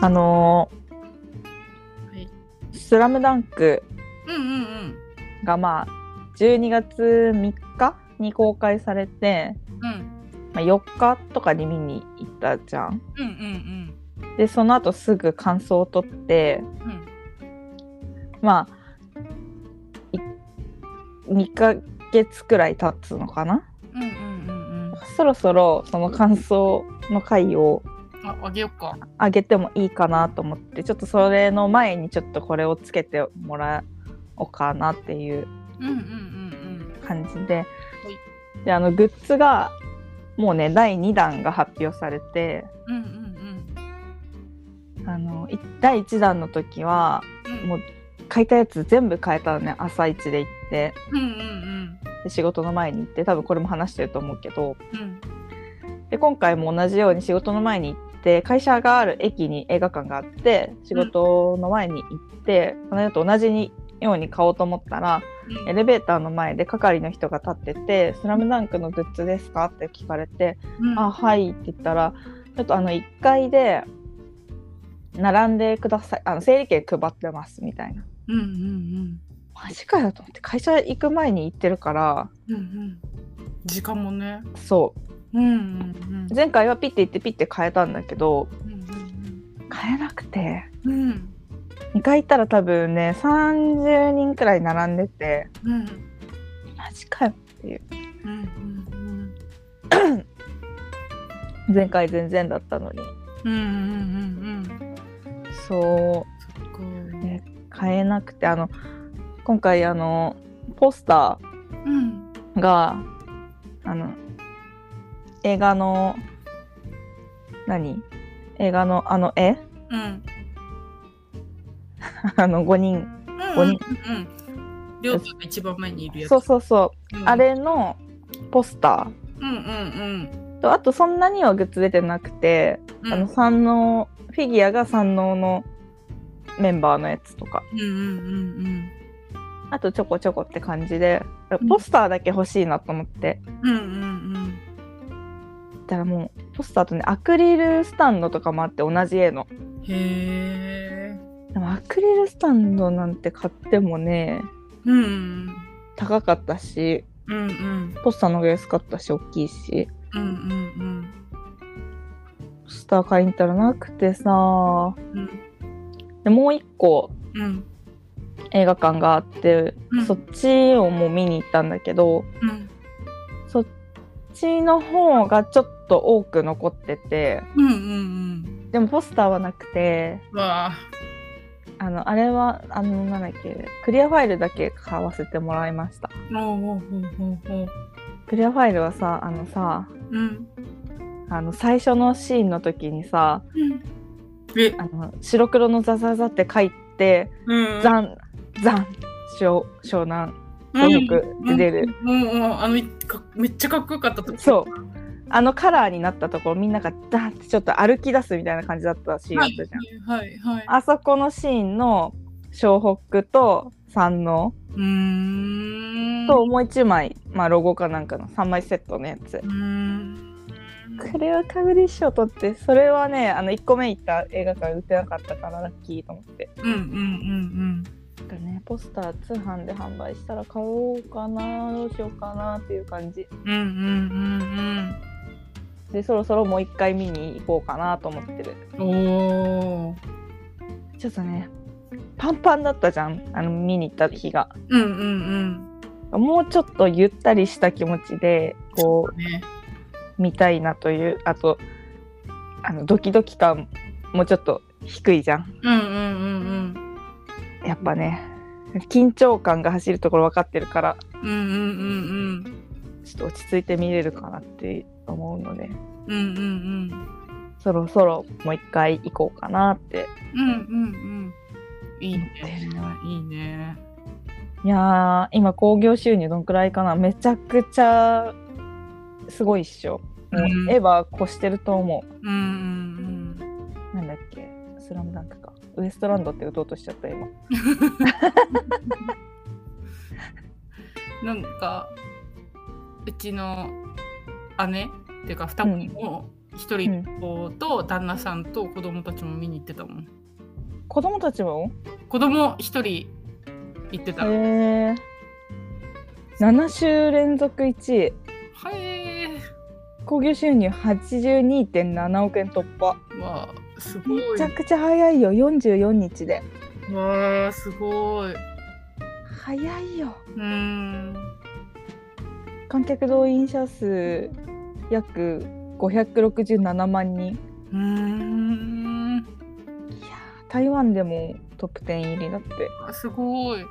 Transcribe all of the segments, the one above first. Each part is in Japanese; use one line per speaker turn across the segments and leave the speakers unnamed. あのー
はい
スラムダンク
うんうんうん
がまあ12月3日に公開されて、
うん
まあ、4日とかに見に行ったじゃん。
うんうん
でその後すぐ感想を取って
うんうん
まあ2ヶ月くらい経つのかな
うんうんうんうん
そろそろその感想の回を
ああげよっか
上げてもいいかなと思ってちょっとそれの前にちょっとこれをつけてもらおうかなっていう
うんうんうん
感じで,、であのグッズがもうね第2弾が発表されて
うんうんうん
あのい第1弾の時は
うん
もう買いたやつ全部買えたのね朝一で行って
うんうん
で仕事の前に行って多分これも話してると思うけど
うんうん
で今回も同じように仕事の前に行って会社がある駅に映画館があって仕事の前に行って、そのと同じにように買おうと思ったらエレベーターの前で係の人が立ってて「スラムダンクのグッズですか?」って聞かれて
う
「
ん
あはい」って言ったらちょっとあの1階で並んでくださいあの整理券配ってますみたいな
うんうんうん
マジかよと思って会社行く前に行ってるから
うんうん時間もね
そ
うんうん
う前回はピッて行ってピッて変えたんだけど
うんうん
変えなくて
うんうん
2回行ったら多分ね30人くらい並んでて
うん
マジかよ
うんうん
前回全然だったのに
うんうんうんうん
そう
こ
ね買えなくてあの今回あのポスタ
ううん
ーがあの映画の何映画のあの絵
うん
あの5人
う
五
ん
人
うん両手が一番前にいるやつ
そうそうそううんあれのポスタ
うんうん
ーとあとそんなにはグッズ出てなくて、
うん
あの山王フィギュアが山王のメンバーのやつとか
うんうんうん
あとちょこちょこって感じで
うん
ポスターだけ欲しいなと思って
うんうんうん
ったらもうポスターとねアクリルスタンドとかもあって同じ絵の
うんへえ
でもアクリルスタンドなんて買ってもね
うん
高かったし
うんうん
ポスターの方が安かったし大きいし
うんうん
ポスター買いに行ったらなくてさ
うん
でもう一個
うん
映画館があって、
うん
そっちをもう見に行ったんだけど
うん
そっちの方がちょっと多く残ってて
うんうん
でもポスターはなくて
うんわあ
あのあれはあのなんだっけクリアファイルだけ買わせてもらいました
おうおうおうおうおう
クリアファイルはさあのさ
うん
あの最初のシーンの時にさ
うんえ
あの白黒のザザザって書いて
うん
ザンザン湘湘南努力で出る、
うんうんうんあのかめっちゃかっこよかったとこ
そうあのカラーになったところみんながダンってちょっと歩き出すみたいな感じだったシーンあ
は
った
い
じゃん、
はいはい
あそこのシーンの湘北と山王
うーん
ともう一枚、まあ、ロゴかなんかの3枚セットのやつ
うーん
これはかぐり賞取ってそれはねあの1個目行った映画館売ってなかったからラッキーと思って
うんうんうん
なんかねポスター通販で販売したら買おうかなどうしようかなっていう感じ
うんうんうん
でそろそろもう一回見に行こうかなと思ってる
うんうんおー
ちょっとねパンパンだったじゃんあの見に行った日が
うんうん
もうちょっとゆったりした気持ちでこ
うんね
う見たいなというあとあのドキドキ感もちょっと低いじゃん
うんうんうん
やっぱね緊張感が走るところ分かってるから
うんうんうんうん
ちょっと落ち着いて見れるかなって思うので
うんうんうん
そろそろもう一回行こうかなって
うんうんうんいい
思って
ねいいね
いやー今興行収入どんくらいかなめちゃくちゃすごいっしょ、もう
うん
エヴァ越してると思
うんうんうん
うなんだっけスラムダンクかウエストランドって打とうとしちゃった今
なんかうちの姉っていうか双子も、一人っ子と旦那さんと子供たちも見に行ってたもん
子供たちも
子供一人行って
へ
たは
え7週連続1位
え
興行収入82.7億円突破
わあすご
め
い
ちゃくちゃ早いよ44日で
わあすごいう
早いよ
ーん
観客動員者数約567万人
うーん
いやー台湾でもトップ10入りだってい
あすごい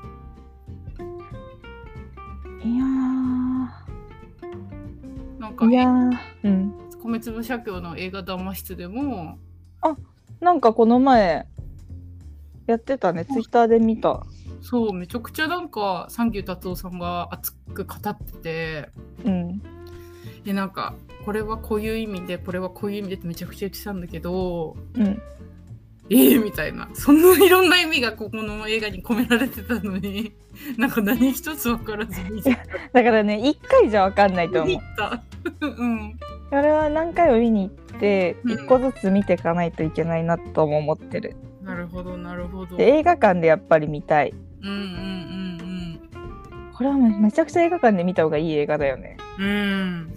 や
なんか
ーいやーうん
米粒社協の映画談話室でも
なんかこの前やってたねツイッターで見た
そうめちゃくちゃなんか三牛達夫さんが熱く語ってて
うん
でなんかこれはこういう意味でこれはこういう意味でってめちゃくちゃ言ってたんだけど
うん
ええみたいなそんないろんな意味がここの映画に込められてたのに なんか何一つ分からず見ちゃっ
だからね1回じゃ分かんないと
た
思う
うん
あれは何回も見に行って
うん
1個ずつ見ていかないといけないなとも思ってる、
なるほどなるほど
で映画館でやっぱり見たい
うんうん
これはめめちゃくちゃ映画館で見た方がいい映画だよね
うんうんうん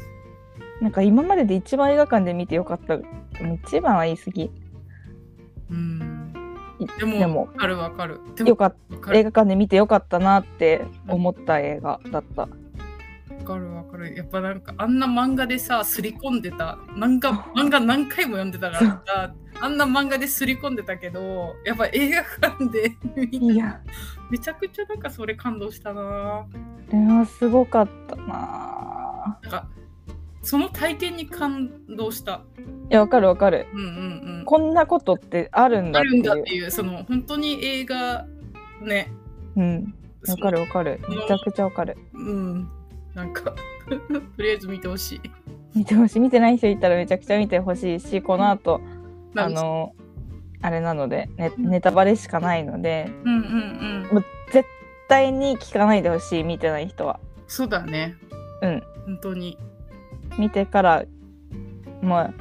なんか今までで一番映画館で見てよかった一番は言い過ぎ
うん
い
でも
で
で
も
も分かる分かるで
よ
も
かっ
分
た
か
映
る
画館で見てよかったなって思った映画だった
分かる分かるやっぱなんかあんな漫画でさすり込んでた漫画漫画何回も読んでたからさあんな漫画ですり込んでたけどやっぱ映画館で見
い
た
や
めちゃくちゃなんかそれ感動したな
あれはすごかったな
なんかその体験に感動した。
いやわかるわかる
うんうんうん。
こんなことってあるんだ
あ
っ
るん
て
だっ
いう
ていう、その本当に映画ね。
うんわかるわかるめちゃくちゃわかる
その。うん。なんか、 とりあえず見てほしい。
見てほしい見てない人いたらめちゃくちゃ見てほしいしこの後あ
なんか、
のあれなのでネ
うん
ネタバレしかないので
うんうんうん。
絶対に聞かないでほしい見てない人は
そうだね。
うん。
本当に。
見てからまあ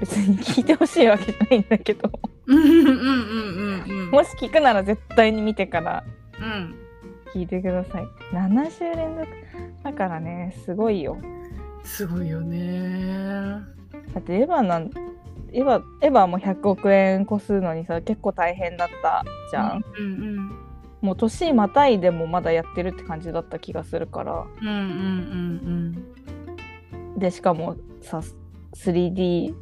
別に聞いてほしいわけじゃないんだけど
うんうんうんうんうん。
もし聞くなら絶対に見てから
うん。
聞いてください7週連続だからねすごいよ
すごいよね。
だってエヴァなんエヴァエヴァも100億円越すのにさ結構大変だったじゃん、
うんうん。
もう年またいでもまだやってるって感じだった気がするから
うんうんうん
でしかもさ 3DX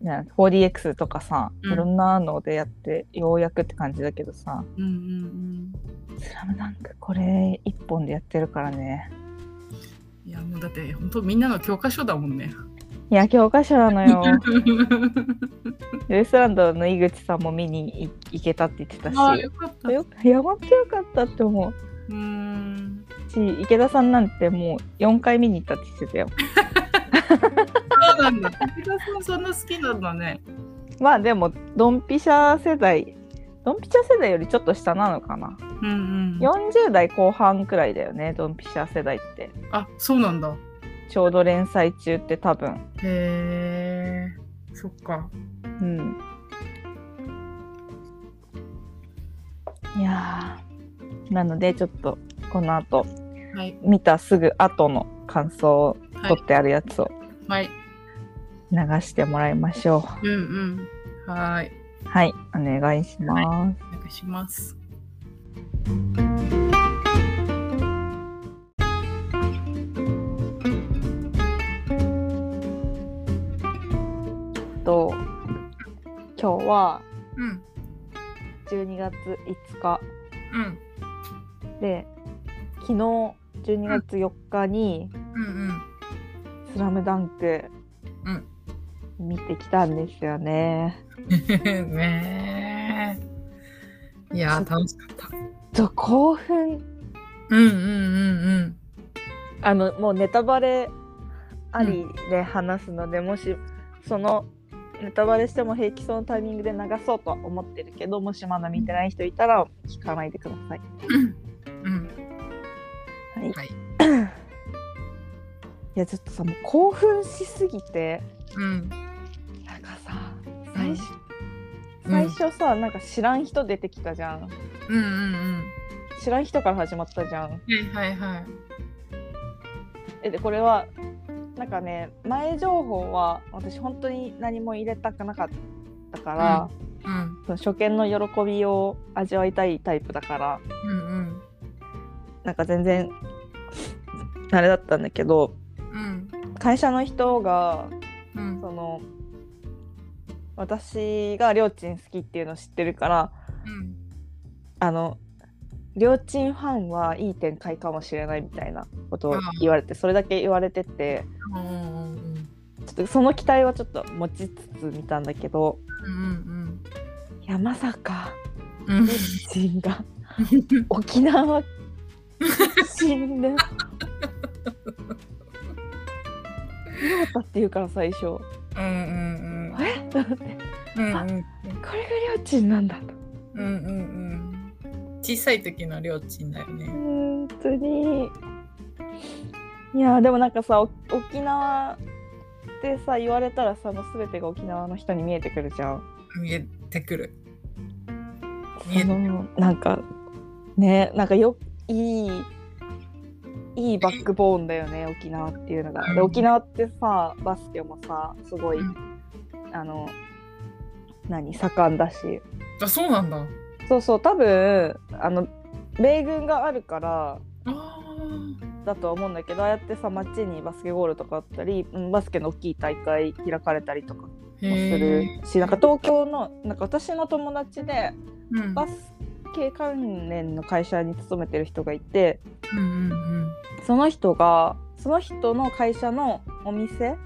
ね 4DX とかさい
うん
ろんなのでやって、ようやくって感じだけどさ
うん。うんうん
「スラムダンクこれ一本でやってるからね
うん。いやもうだって本当みんなの教科書だもんね。
いや教科書なのよ
あ
ウエストランドの井口さんも見にい行けたって言ってたし
あよかった。
よやばってよかったって思う
うーん。
し池田さんなんてもう4回見に行ったって言ってたよ
そうなんだ。武田さんそんな好きなんだね。
まあでもドンピシャ世代ドンピシャ世代よりちょっと下なのかな
うんうん。
40代後半くらいだよねドンピシャ世代って
あ、そうなんだ。
ちょうど連載中って多分
へえ。そっか。
うんいやーなのでちょっとこの後
はい
見たすぐ後の感想を
は
取
い
ってあるやつを
はい。
流してもらいましょう
うんうん。はーい。
はい、お願いします
お願いします。
と今日は
うん
12月5日
うん
で昨日12月4日に
うんうん。
「スラムダンク
うん
見てきたんですよね。
ねえ。いやー、楽しかった。
ちょ興奮
うんうんうん
あのもうネタバレありで話すので、もしそのネタバレしても平気そのタイミングで流そうとは思ってるけどもしまだ見てない人いたら聞かないでください。
うん。うん。
はい
はい。
いやちょっとさもう興奮しすぎて
うん
なんかさ最初、
うん
最初さなんか知らん人出てきたじゃん
うんうん
知らん人から始まったじゃん
うんはいはいはい
えでこれはなんかね前情報は私本当に何も入れたくなかったから、
うん
その初見の喜びを味わいたいタイプだから
うんうん
なんか全然あれだったんだけど
うん
会社の人が
うん
その私がりょーちん好きっていうのを知ってるから
うん
あのりょーちんファンはいい展開かもしれないみたいなことを言われてそれだけ言われてて
うんうん
ちょっとその期待はちょっと持ちつつ見たんだけど
うん
いやまさか
うんうん
りょーちんが沖縄死んで。りょうたって言うから最初こ
うんうん
え
うん
あれがりょーちんなんだと
うんうんうん小さい時のりょうちんだよね。
本当にいやでもなんかさお沖縄ってさ言われたらさもう全てが沖縄の人に見えてくるじゃん
見えてくる。見え
そ
てくる
のなんかねなんかよいいいいバックボーンだよね沖縄っていうのがで
うん
沖縄ってさバスケもさすごい、
うん
あの何盛んだし
あそうなんだ。
そうそう多分あの米軍があるから
あー
だとは思うんだけどああやってさ街にバスケゴールとかあったり、うん、バスケの大きい大会開かれたりとかもす
へ
る
え。
しなんか東京のなんか私の友達で
うん
バスケ関連の会社に勤めてる人がいて
うんうん
その人がその人の会社のお店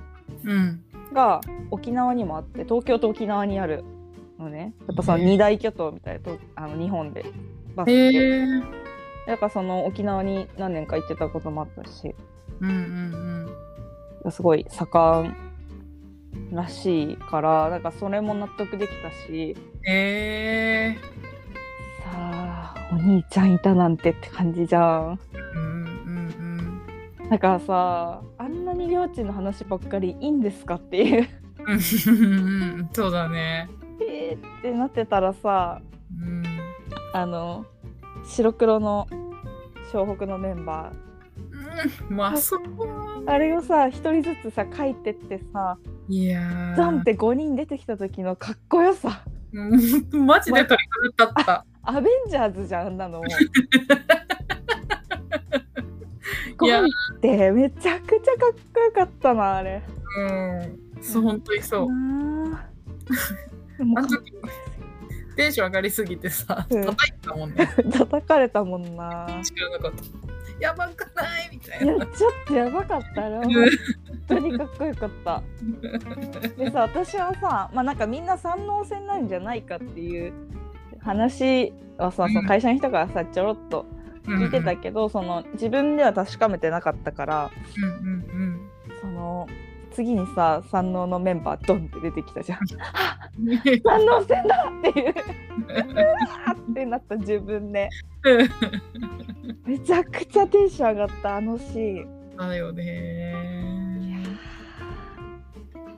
うんうん
が沖縄にもあって東京と沖縄にあるのねやっぱその二大巨頭みたいなとあの日本でバス
へ
ケ
え。
だからその沖縄に何年か行ってたこともあったし
うんうん
すごい盛んらしいからなんかそれも納得できたし
うん。へえ。
さあお兄ちゃんいたなんてって感じじゃん
うんうん
だからさあんなにりょーちんの話ばっかりいいんですかっていう
うんうんうん。そうだね。
えーってなってたらさ
うん
あの白黒の湘北のメンバ
うん。まあそこは
ーあれをさ一人ずつさ書いてってさ
いやー。
ザンって5人出てきた時のかっこよさ
うんマジで鳥肌立った。
アベンジャーズじゃんあんなのもう
いや
ゴミってめちゃくちゃかっこよかったなあれ
うん。そう本当にそう。
なあもう
あの時テンション上がりすぎてさ、
うん
叩いたもんね。
叩かれたもんな
力なかった。やばくないみた
い
い
や
な。
ちょっとやばかったあれは本当にかっこよかったでさ私はさまあなんかみんな三能線なんじゃないかっていう話はさその会社の人からさちょろっと聞いてたけど、その自分では確かめてなかったから
うんうん
その次にさ三能のメンバードンって出てきたじゃん
うん。
三能線だっていう あってなった自分でめちゃくちゃテンション上がったあのシーン
だよね。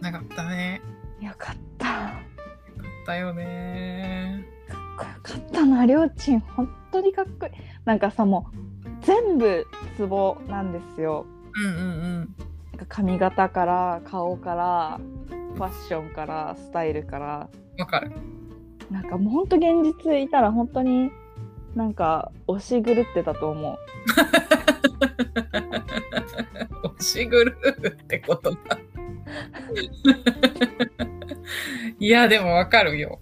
なかったね。
よかった。
だよね。
かっこよかったなりょうちん本当にかっこいいなんかさもう全部ツボなんですよ
うんうん
なんか髪型から顔からファッションからスタイルから
うん。わかる。
なんかもう本当現実いたら本当になんか押し狂ってたと思う
押しぐるってこと だ。いや、でもわかるよ。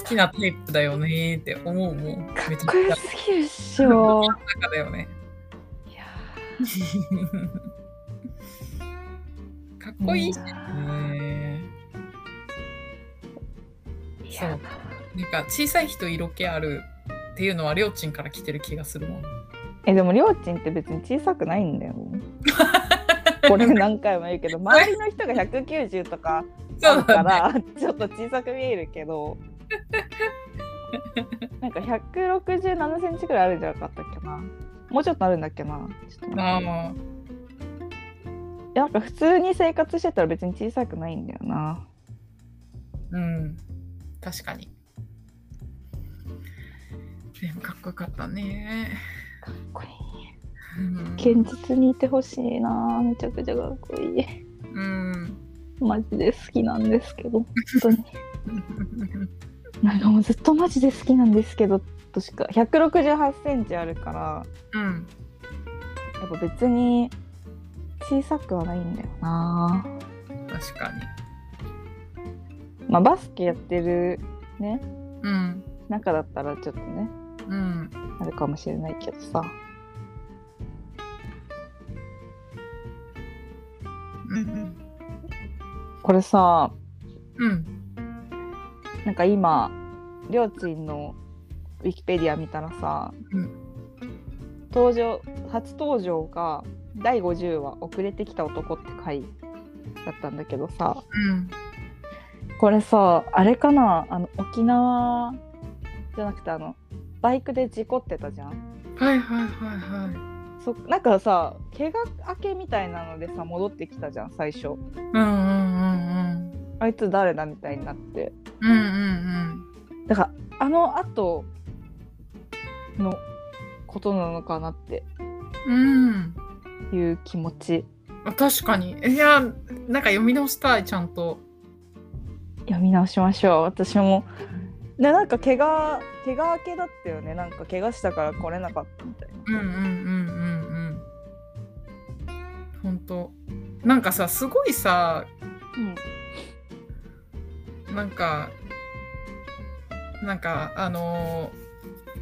好きなタイプだよねって思うもん。
か
め
っ
ちゃ
こよ
くち
すぎるっしょ
ゃ中だよ ね。
いや
かっこいいしね。
ーい
そう
や
なんか小さい人色気あるっていうのはりょうちんから来てる気がするもん。
えでもりょうちんって別に小さくないんだよこれ何回も言うけど周りの人が190とかある か
だね。
ら、ちょっと小さく見えるけどなんか167センチぐらいあるんじゃなかったっけなもうちょっとあるんだっけなちょっと待って
あ
いやなんか普通に生活してたら別に小さくないんだよな。
うん。確かに。でもかっこよかったね。
かっこいい。
うん。
現実にいてほしいな。めちゃくちゃかっこいい。
うん。
マジで好きなんですけど、本当に。なんかもうずっとマジで好きなんですけどとしか168センチあるから
うん。
やっぱ別に小さくはないんだよな。
確かに。
まあバスケやってるね
うん。
中だったらちょっとね
うん。
あるかもしれないけどさ。
うん。
これさ
うん。
なんか今りょうちんのウィキペディア見たらさ、
うん
登場初登場が第50話「遅れてきた男」って回だったんだけどさ、
うん。
これさあれかなあの沖縄じゃなくてあのバイクで事故ってたじゃん
はいはいはいはい。
そなんかさ怪我明けみたいなのでさ戻ってきたじゃん最初
うんうんうん
あいつ誰だみたいになって
うん。うんうん
だからあの後のことなのかなって
うん。う
い
ん。
う気持ち
あ確かに。いや、なんか読み直したい、ちゃんと。
読み直しましょう私もでなんか怪我怪我明けだったよねなんか怪我したから来れなかったみたいな
うんうんうんうんうん。本当。なんかさ、すごいさ、なんか、なんか、あのー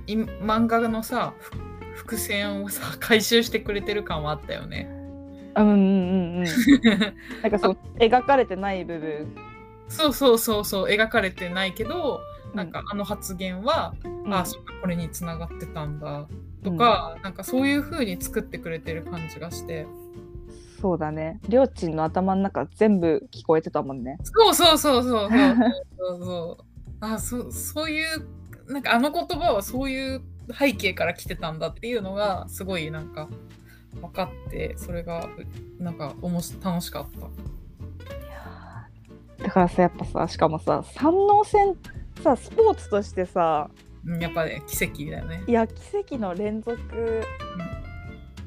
い漫画のさ、ふ伏線をさ、 回収してくれてる感はあったよね。
うんうんうんう んなんかそう描かれてない部分
そうそうそうそう、描かれてないけ
う
ど、
ん
なんかあの発言は、
うん
あ、そっか、これに繋がってたんだ。とか、なんかそういう風に作ってくれてる感じがして。
そうだね。りょうちんの頭の中全部聞こえてたもんね。
そうそうそうそうそうそうそう。あそそういうなんかあの言葉はそういう背景から来てたんだっていうのがすごいなんか分かってそれがなんかおもし楽しかった。
だからさやっぱさしかもさ三能戦さスポーツとしてさ
うんやっぱね奇跡だよね。
いや奇跡の連続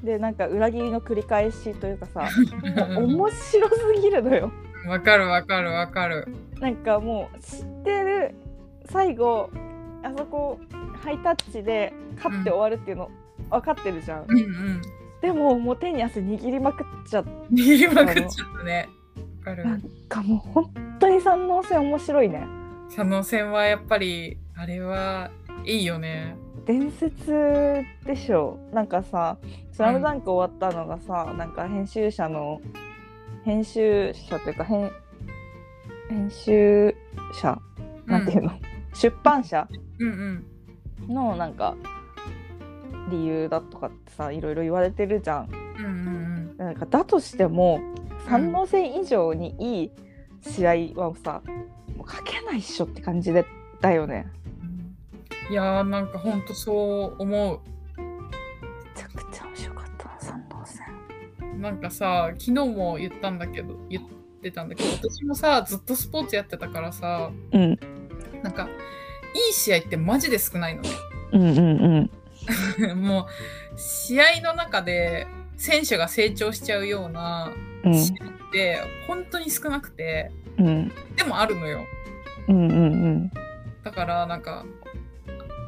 でなんか裏切りの繰り返しというかさもう面白すぎるのよ。
わかるわかるわかる。
なんかもう知ってる最後あそこハイタッチで勝って終わるっていうの分かってるじゃん。
うんうん。
でももう手に汗握りまくっちゃっ
逃げまくっちゃったね。わかる。
たもう本当に三能戦面白いね。
佐野線はやっぱりあれはいいよね。
伝説でしょなんかさ「スラムダンク終わったのがさ、なんか編集者の編集者というか編編集者なんていうの、出版社
うんうん
のなんか理由だとかってさいろいろ言われてるじゃん。
うんうんうん
なんかだとしても三能戦以上にいい試合はさ、もうかけないっしょって感じでだよね。
うん。いやーなんかほんとそう思う。
めちゃくちゃ面白かったな三能戦。
なんかさ昨日も言ったんだけど言ってたんだけど私もさずっとスポーツやってたからさ
うん
なんかいい試合ってマジで少ないのね
うんうんうん。
もう試合の中で選手が成長しちゃうような
うん
試合って本当に少なくて
うん
でもあるのよ
うんうん
だからなんか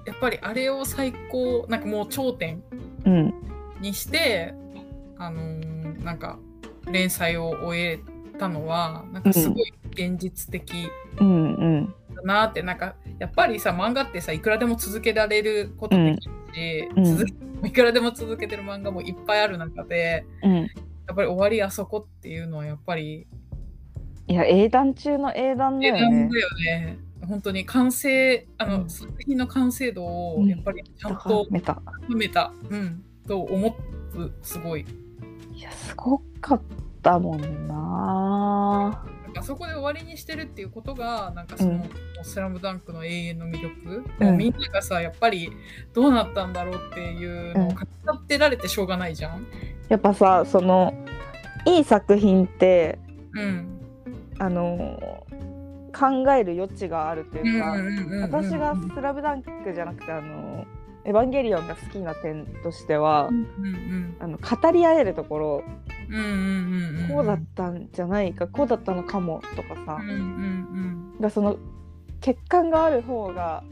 やっぱりあれを最高なんかもう頂点
うんうん
にしてあのーなんか連載を終えたのはなんかすごい現実的。
うんうん
だなってなんかやっぱりさ漫画ってさいくらでも続けられることできるし、
うんうん
続けいくらでも続けてる漫画もいっぱいある中で
うん
やっぱり終わりあそこっていうのはやっぱり
いや英断中の英断だ
値
よ
段
ね。
だよね本当に完成あの、
うん
作品の完成度をやっぱりちゃんと
めた。
含めた、うん、と思うすごい
いやすごかったもんな。
なんかそこで終わりにしてるっていうことがなんかその
う
「
ん
もうスラムダンクの永遠の魅力、
うん
もうみんながさやっぱりどうなったんだろうっていうのを語ってられてしょうがないじゃん。
やっぱさそのいい作品って
うん
あの考える余地があるというか、私
私
が「スラムダンクじゃなくて「あのエヴァンゲリオン」が好きな点としては、
うんうん
あの語り合えるところ、
うんうんうん
こうだったんじゃないかこうだったのかもとかさ
うん、うん
がその欠陥がある方が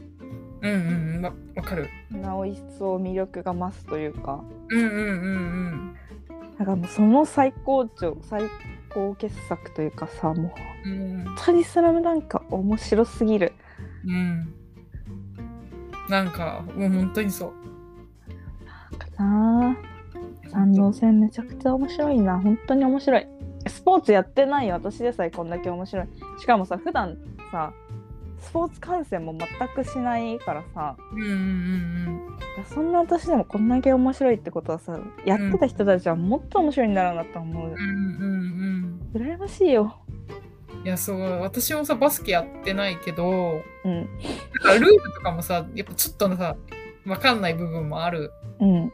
うんうんうんうんわわかる
なお一層魅力が増すというか
うんうんうん
だからもうその最高潮最高傑作というかさもう
うんうん
本当に「スラムダンクは面白すぎる
うんなんかもう本当にそう
かな三能戦めちゃくちゃ面白いな本当に面白いスポーツやってない私でさえこんだけ面白いしかもさ普段さスポーツ観戦も全くしないからさ
うんうんうん
そんな私でもこんだけ面白いってことはさやってた人たちはもっと面白いんだろうなと思う
うんうんうん
羨ましいよ
うんいやそう私もさバスケやってないけど
うん
なんかルールとかもさやっぱちょっとのさわかんない部分もある
うん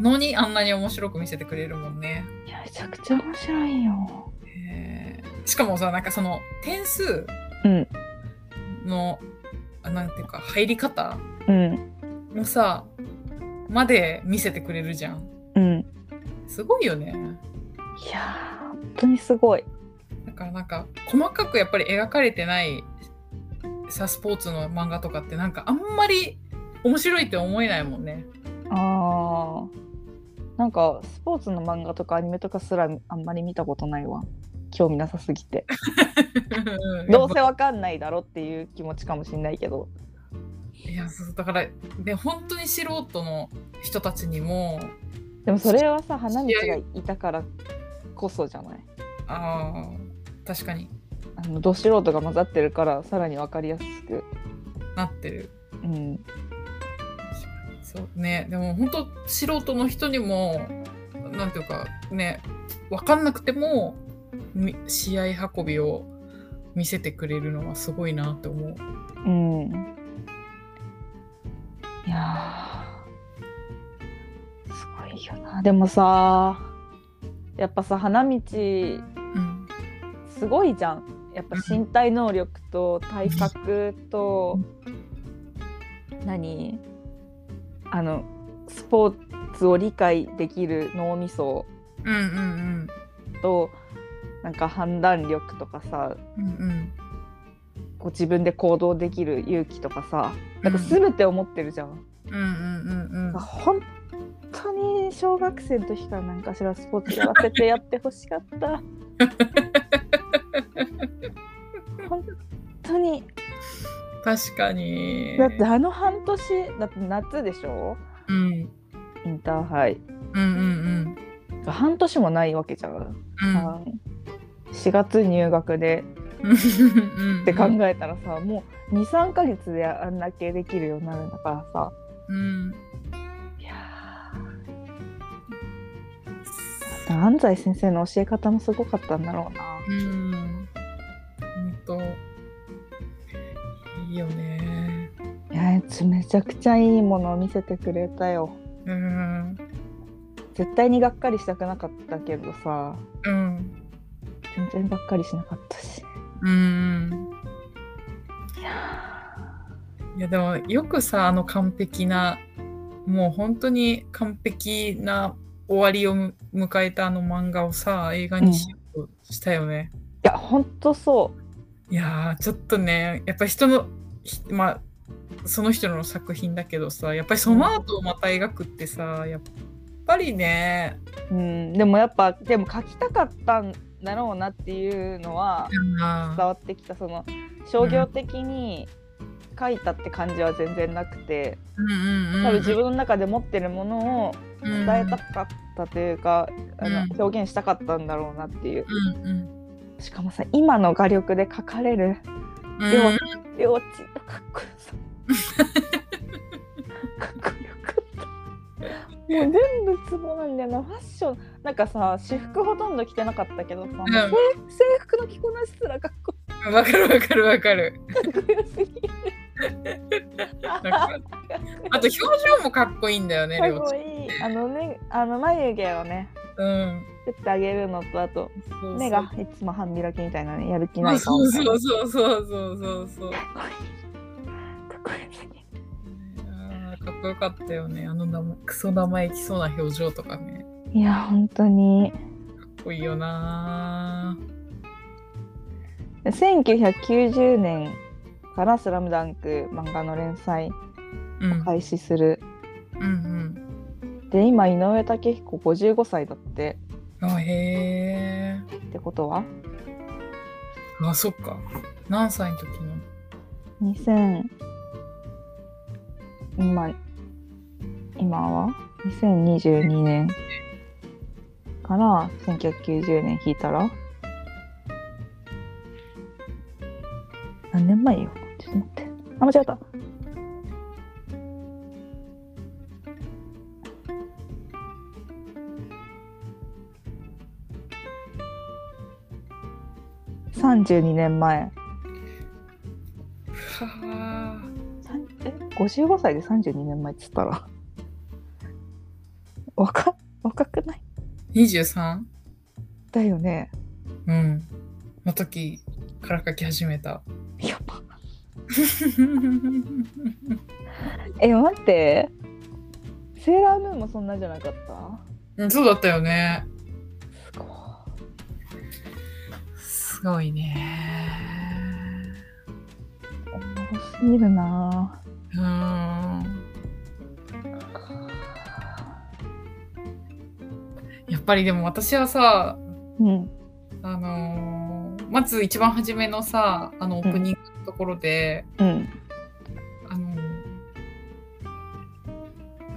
のにあんなに面白く見せてくれるもんね。
いやめちゃくちゃ面白いよ
えーしかもさなんかその点数
うん
の、あなんていうか入り方
うん
もさまで見せてくれるじゃん。
うん
すごいよね。
いやー本当にすごい
だからなんか細かくやっぱり描かれてないさスポーツの漫画とかってなんかあんまり面白いって思えないもんね。
あーなんかスポーツの漫画とかアニメとかすらあんまり見たことないわ興味なさすぎて どうせわかんないだろっていう気持ちかもしんないけど
いやそうだからで本当に素人の人たちにも
でもそれはさ花道がいたからこそじゃない
あー確かに
あのど素人が混ざってるからさらにわかりやすく
なってる
うん
そうねでも本当素人の人にもなんていうかね分かんなくてもみ試合運びを見せてくれるのはすごいなって思う
うんいやーすごいよなでもさやっぱさ花道
うん
すごいじゃんやっぱ身体能力と体格と何あのスポーツを理解できる脳みそ
うんうん
となんか判断力とかさ
うんうんうん
こう自分で行動できる勇気とかさなんか
うん
全てを持ってるじゃん。
うんうんうん
本当に小学生の時から何かしらスポーツやらせてやってほしか った。本当に
確かに
だってあの半年だって夏でしょ
うん
インターハイ
うんうん
半年もないわけじゃん、
うんうん
4月入学で
うん
って考えたらさ、もう23ヶ月であんだけできるようになるんだからさ
うん
いやー安西先生の教え方もすごかったんだろうな
うんほんといいよね
いやめちゃくちゃいいものを見せてくれたよ
うん
絶対にがっかりしたくなかったけどさ
うん
全然がっかりしなかったし
うん
いや
いやでもよくさあの完璧なもう本当に完璧な終わりをむ迎えたあの漫画をさ映画にしようとしたよね。
いやほんとそう
いやーちょっとねやっぱ人のひまあその人の作品だけどさやっぱりその後をまた描くってさやっぱりね
うん、でもやっぱでも書きたかったんだろうなっていうのは伝
あ
わってきたその商業的に書いたって感じは全然なくて
ーうんうんうん
多分自分の中で持ってるものを伝えたかったというか、あ
う
の表現したかったんだろうなっていう
うんうん
しかもさ今の画力で書かれる
うん
でも両チのかっこよさかっこよかったもう全部ツボなんだよなファッションなんかさ私服ほとんど着てなかったけどさ、もう制制服の着こなしすらかっこ
わかるわかるわかる。
よすぎる
なんかあと表情もかっこいいんだよね、
か
り
っ
ょうち
こいいあのねあの眉毛をね
ゃん。うん。
作ってあげるのとあと
そうそう
目がいつも半開きみたいなねやる気
そ
な
う
い顔みたいな
そうそうそうそうそうそう
かっこいいかっこいい
あーかっこよかったよねあの生クソ生意気そうな表情とかね
いや本当に
かっこいいよな
1990年から「スラムダンク漫画の連載
ーうん、
開始する、
うん
で今井上武彦55歳だって
うんあへえ
ってことは
あそっか何歳の時の
2000今今は2022年から1990年引いたら何年前よちょっと待ってあ間違った32年前
はあ
さんえ55歳で32年前っつったら 若若くない
23?
だよね
うんの時から書き始めた
やばえ待ってセーラームーンもそんなじゃなかった
うんそうだったよね
すごい
すごいね
おもろすぎるな
うーんやっぱりでも私はさ
うん
あのーまず一番初めのさあのオープニングのところで、
うん
あのー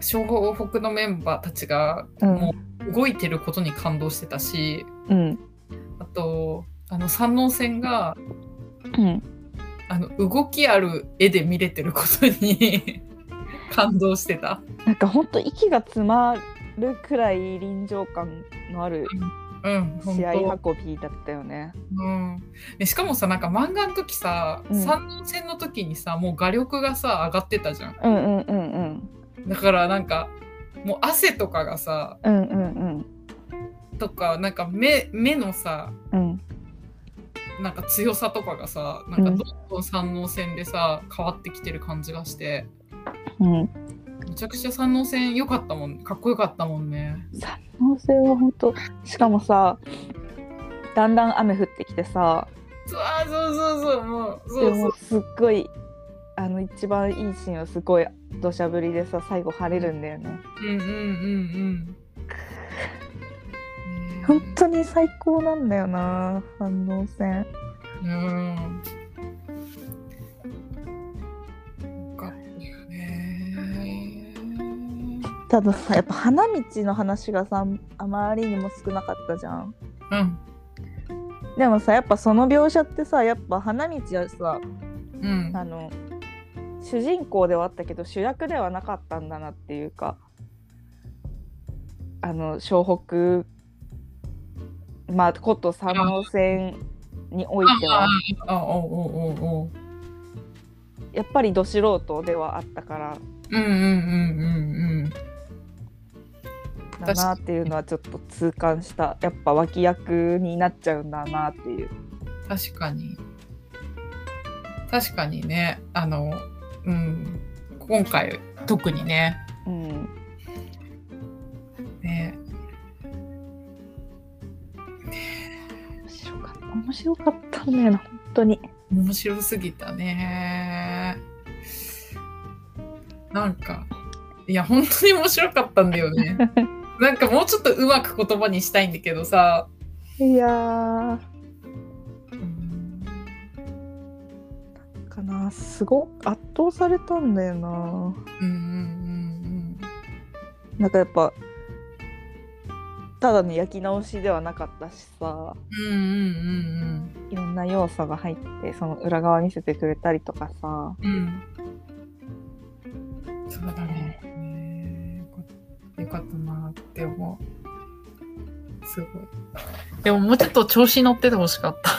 湘北のメンバーたちが
うん
もう動いてることに感動してたし、
うん
あとあの山王戦が
うん
あの動きある絵で見れてることに 感動してた。
なんかほんと息が詰まるくらい臨場感のある
うん、
試
本当
合運びだったよね
うん、でしかもさなんか漫画の時さ、
うん
三能戦の時にさもう画力がさ上がってたじゃん
うんうんうんうん
だからなんかもう汗とかがさ
うんうんうん
とかなんか目目のさ
うん
なんか強さとかがさなんか
うん
どんどん三能戦でさ変わってきてる感じがして
うん
めちゃくちゃ三能戦良かったもんかっこよかったもんね
三能性は本当しかもさだんだん雨降ってきてさ
そうあーそうそうそうもうそ
で
うそ
も
う
すっごいあの一番いいシーンはすごい土砂降りでさ最後晴れるんだよね
うんうんうんうんねえ
本当に最高なんだよな三能線
うん。よかったよね。
たださやっぱ花道の話がさあまりにも少なかったじゃん
うん。
でもさやっぱその描写ってさやっぱ花道はさ
うん。
あの主人公ではあったけど主役ではなかったんだなっていうかあの湘北まあこと三能戦においては
あ、おうおうおうおう。
やっぱりど素人ではあったから
うんうんうん
だなっていうのはちょっと痛感したやっぱ脇役になっちゃうんだなっていう。
うんうん。確かに。確かにね。あの、うん。今回、特にね。
うん、
ね。
面白かった面白かったんだよな本当に。
面白すぎたね。なんか、いや、本当に面白かったんだよね。なんかもうちょっとうまく言葉にしたいんだけどさ。
いやーかなすごく圧倒されたんだよな。
うんうん
なんかやっぱただの焼き直しではなかったしさ
うんうん。うんうん
いろんな要素が入ってその裏側見せてくれたりとかさ
うんうん。うん。そうだね。ねよかったなって思う。すごい。でももうちょっと調子乗っててほしかった。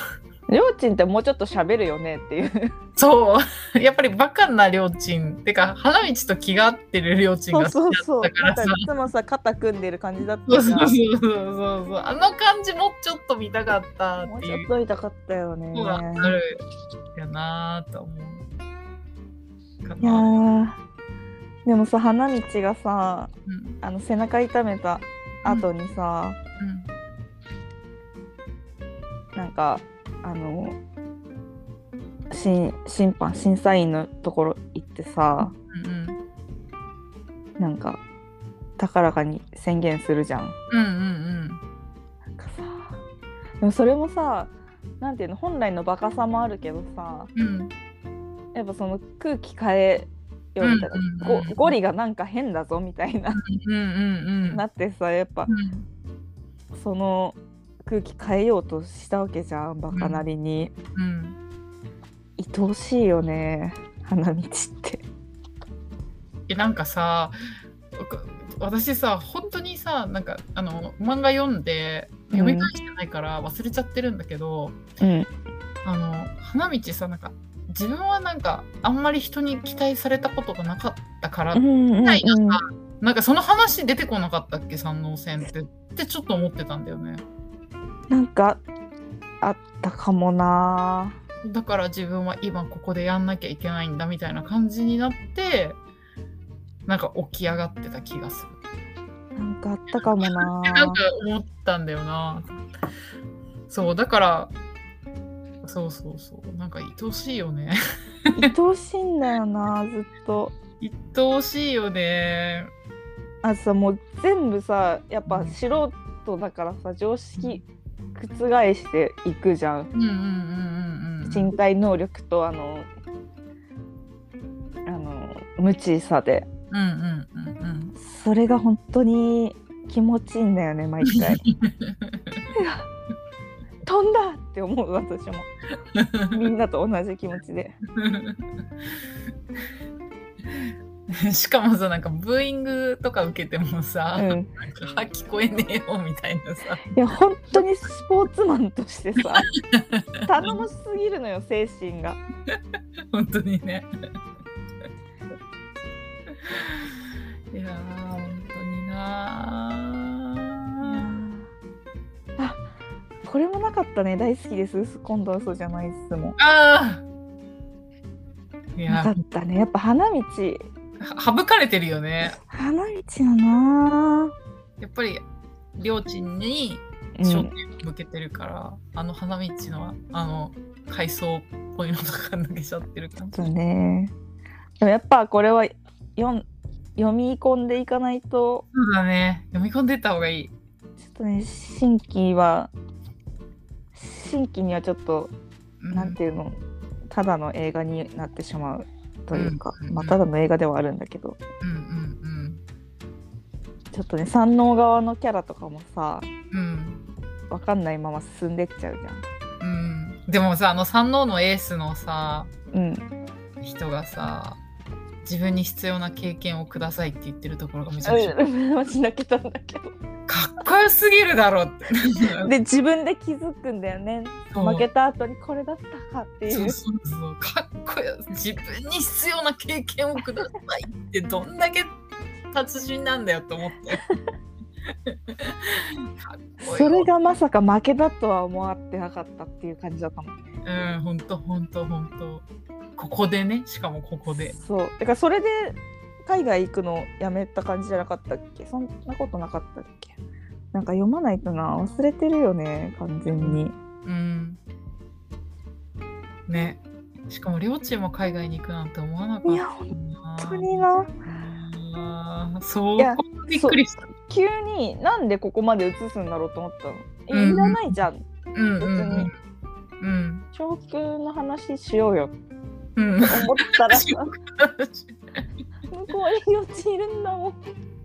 りょうちんってもうちょっと喋るよねっていう。
そう。 やっぱりバカなりょうちん。てか、花道と気が合ってるりょうちん
そ
が
うそ
好
う
きだ
そ
っ
う。
たか
なん
ら
か
さ
い。つもさ、肩組んでる感じだっ
そう
た
そう
か
そう
ら。
そうそうそう。あの感じもちょっと見たかった
も
っ
う
て
ちょ
い
っ
う
と痛かったよね。
のがあるやなぁと思う。か
いや
な。
ーでもさ、花道がさ、
うんうん
あの背中痛めた後にさ、なんか、あの、審審判審査員のところ行ってさ
うん
なんか高らかに宣言するじゃん。
うんうん
なんかさでもそれもさなんていうの本来のバカさもあるけどさ
うんうん
やっぱその空気変えようみたいな、
うんうんうん
ごゴリがなんか変だぞみたいな、
うんうんうん
なってさやっぱ
うん
その空気変えようとしたわけじゃんバカなりに、
うん
愛おしいよね花道って。
えなんかさ僕私さ本当にさなんかあの漫画読んで読み返してないから忘れちゃってるんだけど、
うん、
あの花道さなんか自分はなんかあんまり人に期待されたことがなかったから、
うんうんうん
はいなんかなんかその話出てこなかったっけ三能線ってってちょっと思ってたんだよね
なんかあったかもな
だから自分は今ここでやんなきゃいけないんだみたいな感じになってなんか起き上がってた気がする
なんかあったかもな
なんか思ったんだよな。そう、だから、そうそうそう、なんか愛おしいよね。
愛おしいんだよなずっと。
愛おしいよね。
あとさもう全部さやっぱ素人だからさ常識覆していくじゃん
うんうんうんうんうん。
身体能力とあのあの無知さで
うんうんうんうん。
それが本当に気持ちいいんだよね毎回飛んだって思う私もみんなと同じ気持ちで
しかもさなん かブーイングとか受けてもさ、
う
なん
ん
かあ聞こえねえよみたいなさ
いや本当にスポーツマンとしてさ頼もしすぎるのよ精神が
本当にね いやー本当になー
あこれもなかったね大好きです今度は嘘じゃないっすも
ああい
なか
や
ったねやっぱ花道
は省かれてるよね
花道だな
やっぱりりょうちんに
ぁ
焦点向けてるから、あの花道のあの階層っぽいのとか抜けちゃってる感じ
そうねでもやっぱこれは読ん読み込んでいかないと
そうだね読み込んでった方がいい
ちょっとね新規は新規にはちょっと、
う
なんていうのただの映画になってしまうというか、
うん
まあ、ただの映画ではあるんだけど
うんうん
ちょっとね山王側のキャラとかもさ
うんうん
わかんないまま進んでっちゃうじゃん。
うんでもさあの三能のエースのさ
うん、
人がさ自分に必要な経験をくださいって言ってるところがめちゃくちゃ
マジ泣けたんだけど。
かっこよすぎるだろって
で自分で気づくんだよね。
そう
負けた後にこれだったかって
そ
いうう。
そうそうかっこよ自分に必要な経験をくださいってどんだけ達人なんだよと 思ってかっこいい
それがまさか負けだとは思わってなかったっていう感じだったもんね。
うんほんとほんとほんとここでねしかもここで
そう。だからそれで海外行くのやめた感じじゃなかったっけそんなことなかったっけなんか読まないとな忘れてるよね完全に。
うんねしかも両チームも海外に行くなんて思わなかった
いや
本
本当にな
そう
いや
びっくりした
急になんでここまで移すんだろうと思ったの。
うんう
え
ん
いらないじゃん。
うんうんうんうん
長級の話しようよって
うん
思ったら
しよ
向こうに幼稚いるんだもん。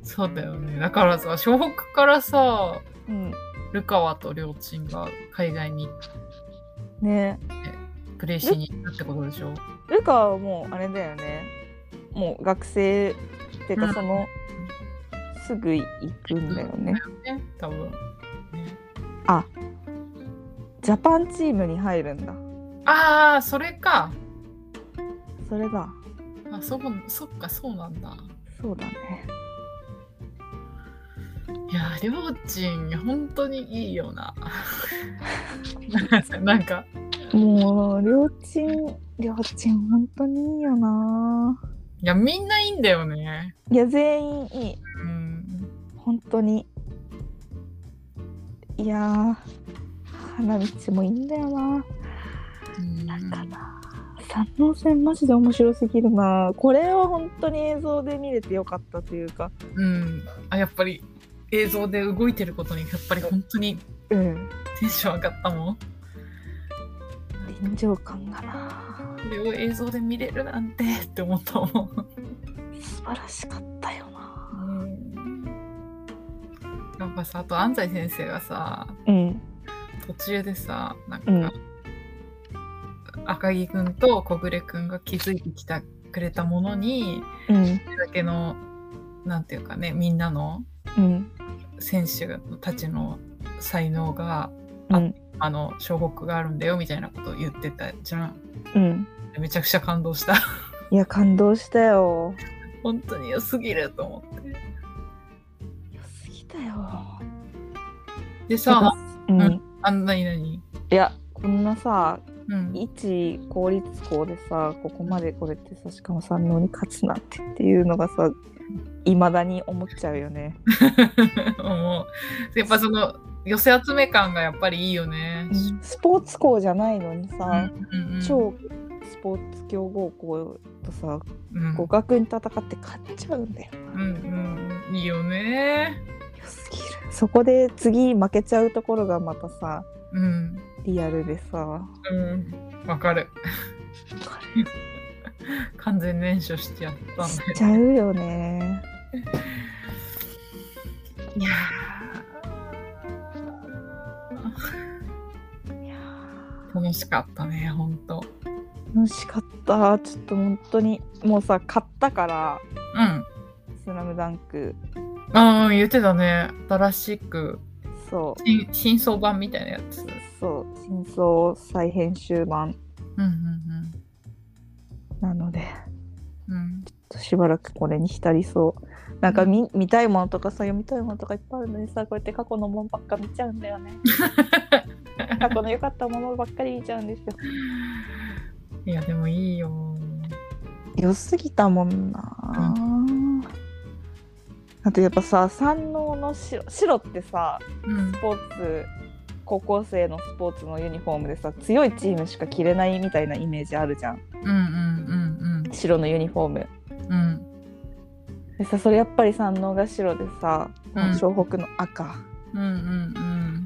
そうだよね。だからさ、湘北からさ、
うん、
ルカワとりょうちんが海外に
ね
プレーしに行ったってことでしょ
ルカはもうあれだよねもう学生っていう
う
か
ん
その、すぐ行くんだよね
ね、多分。ね
ジャパンチームに入るんだ
ああ、それか。
それだ。
あ、そこ、そっか、そうなんだ。
そうだね。
いやー、りょうちん、本当にいいよ な。なんか、
もう、両親、両親、本当にいいよない
や、みんないいんだよね。
いや、全員いい。
うん。
本当に。いやー、花道もいいんだよな
うん
なんかな三能線マジで面白すぎるなこれは本当に映像で見れてよかったというか。
うん、あやっぱり映像で動いてることにやっぱり本当に
うん。
テンション上がったもん。こ
臨場感がな
れを映像で見れるなんてって思ったもん。
素晴らしかったよな
やっぱさあと安西先生がさ
うん。
途中でさなんか、
うん
赤木くんと小暮くんが気づいてきたくれたものに
うん。
それだけのなんていうかねみんなの
うん。
選手たちの才能が
うん。
あの小国があるんだよみたいなことを言ってたじゃん。
うん。
めちゃくちゃ感動した。
いや、感動したよ。
本当に良すぎると思って。
良すぎたよ。
でさ、
うん。
うんあんなに何
いや、こんなさ、
うん。
一公立校でさ、ここまでこれってさ、しかも三能に勝つなんてっていうのがさ、いまだに思っちゃうよね。
もう、やっぱその、寄せ集め感がやっぱりいいよね。
スポーツ校じゃないのに
う
さ、
んうん
超スポーツ強豪校とさ、
うん
互角に戦って勝っちゃうんだよ。
うんうん。いいよね。
良すぎる。そこで次負けちゃうところがまたさ、
うん。
リアルでさ、
うん。わかる。 完全燃焼してやったん
し
だよ。
ちゃうよね。
いや
いや
ー楽しかったね、ほんと。
ー楽しかった。ちょっと本当に、もうさ、買ったから、
うん。
スラムダンク、
ああ、言ってたね。新しく、
そう、
新新装版みたいなやつ。
そう、真相再編集版
うんうん
なので、
うん。うん
しばらくこれに浸りそう。なんか見見たいものとかさ、読みたいものとかいっぱいあるのにさ、こうやって過去のものばっか見ちゃうんだよ ね。過去の良かったものばっかり見ちゃうんですよ。
いやでもいいよ。
良すぎたもんな、あとやっぱさ山王の白白ってさ
うん
スポーツ高校生のスポーツのユニフォームでさ強いチームしか着れないみたいなイメージあるじゃん
うんうん
白のユニフォーム
うんうんうん
でさそれやっぱり山王が白でさこ
う
の
ん
湘北の赤、
うんうん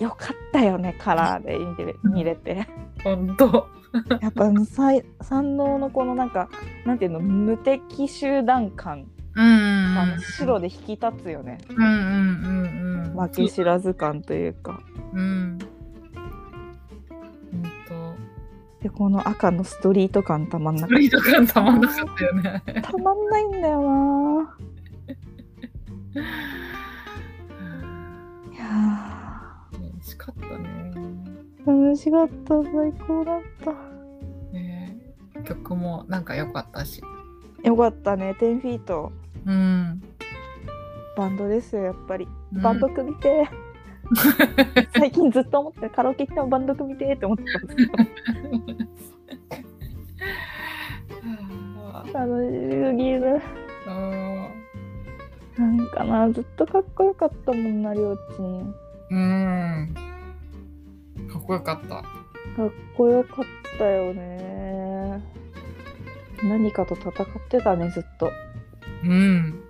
よかったよねカラーで見て
うん
見れて
うん。本当。
やっぱあのさい山王のこのなんかなんていうの無敵集団感
うんうん
あの白で引き立つよね
うんうんうんうん。
負け知らず感というか
うん。本
でこの赤のストリート感たまん
当。
なか
ス
っ
トリート感たまんなかったよね。
たたまんないんだよなぁいや
美味しかったね。
ー楽しかった最高だった
ね曲もなんか良かったし。
よかったね10フィート
うん。
バンドですよやっぱり
うん
バンド組みてぇ、 最近ずっと思ってたカラオケ行ってもバンド組みてぇって思ってたんですけど
あ
楽しすぎる
ー
なんかなずっとかっこよかったもんなりょうちん
うん。かっこよかった。
かっこよかったよね何かと戦ってたねずっと
うん。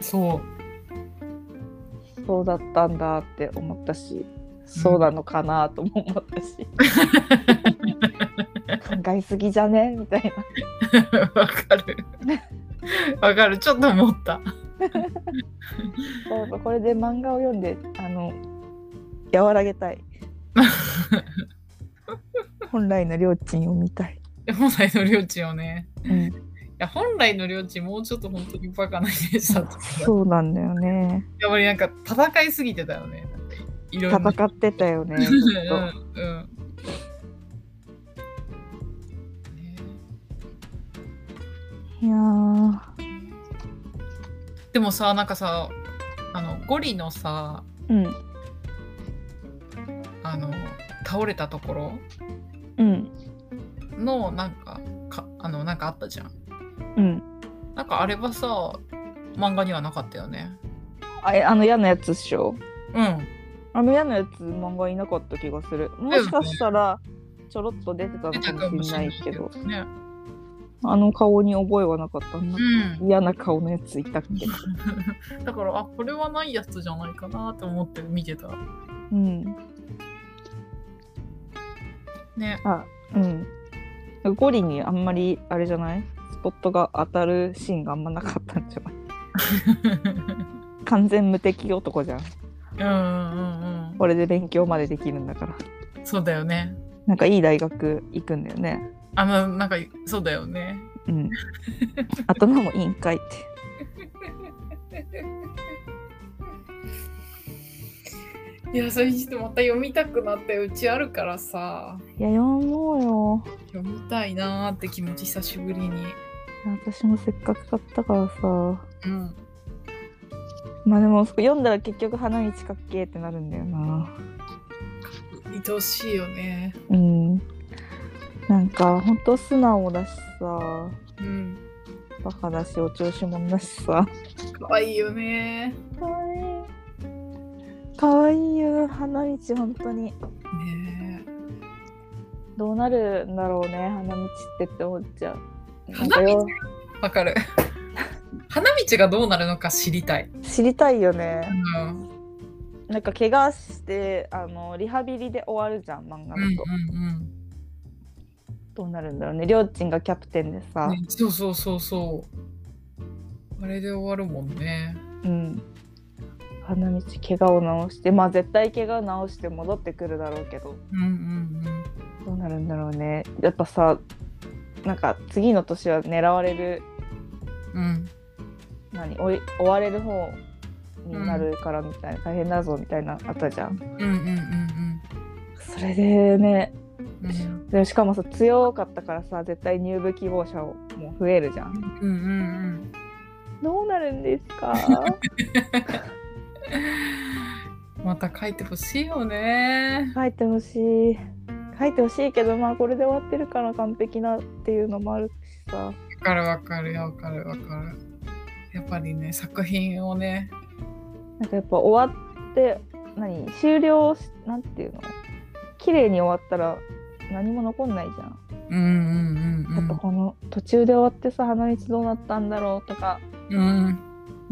そ
そうだったんだって思ったしそうなのかなとも思ったし、考えすぎじゃねみたいな
う。 わかる。わかる。ちょっと思った。
そうそうこれで漫画を読んであの和らげたい本来のりょうちんを見たい、
本来の領地をね。
うん、
いや本来の領地もうちょっと本当にバカなイメージだったから。
そうなんだよね
やっぱりなんか戦いすぎてたよね。いろんな。
戦ってたよねずっ
うんうん
いやー
でもさなんかさあのゴリのさ
うん
あの倒れたところ
うん
のなんかかあのなんかあったじゃん
うん
なんかあれはさ漫画にはなかったよね
あえあの嫌なやつっしょ
うん
あの嫌なやつ漫画いなかった気がするもしかしたらちょろっと出てたの
出
か
たか
も
も
し
し
れ
れ
な
ないい
け
け
ど
どね
あの顔に覚えはなかったな
う、ん
嫌な顔のやついたっけ
だからあこれはないやつじゃないかなって思って見てた
うん
ね
あうんゴリにあんまりあれじゃないスポットが当たるシーンがあんまなかったんじゃない完全無敵男じゃん
うんうんうん
これで勉強までできるんだから
そうだよね
なんかいい大学行くんだよね
あのなんかそうだよね
うん 頭も委員会って
いやそれにしてまた読みたくなってうちあるからさ
いや読もうよ
読みたいなーって気持ち久しぶりに
いや私もせっかく買ったからさ
うん
まあでもそこ読んだら結局花道かっけーってなるんだよな
愛おしいよね
うんなんかほんと素直だしさ
うん
バカだしお調子者だしさ
可愛いよね
かわいいかわいいよ花道本当に
ね
どうなるんだろうね花道ってって思っちゃうなんか
花道
よ
えわかる 花道がどうなるのか知りたい、
知りたいよね
うん、うん
なんか怪我してあのリハビリで終わるじゃん漫画だと、
うんうん
どうなるんだろうねりょうちんがキャプテンでさ、
ねそうそうそうそうあれで終わるもんね
うん花道怪我を治してまあ絶対怪我を治して戻ってくるだろうけど
うんうん
どうなるんだろうねやっぱさなんか次の年は狙われる
うんうん
何追い追われる方になるからみたいな、大変だぞみたいなあったじゃん
うんうんうん
それでね
うんうん
でしかもさ強かったからさ絶対入部希望者も増えるじゃん
うんうん
どうなるんですか
うん また書いてほしいよね
書いてほしい書いてほしいけどまあこれで終わってるから完璧なっていうのもあるしさ
わかるわかるわかるわかるやっぱりね作品をね
なんかやっぱ終わって何終了しなんていうの綺麗に終わったら何も残んないじゃん、
うんうんう
やっ
ん
ぱこの途中で終わってさ花道どうなったんだろうとか
うんうん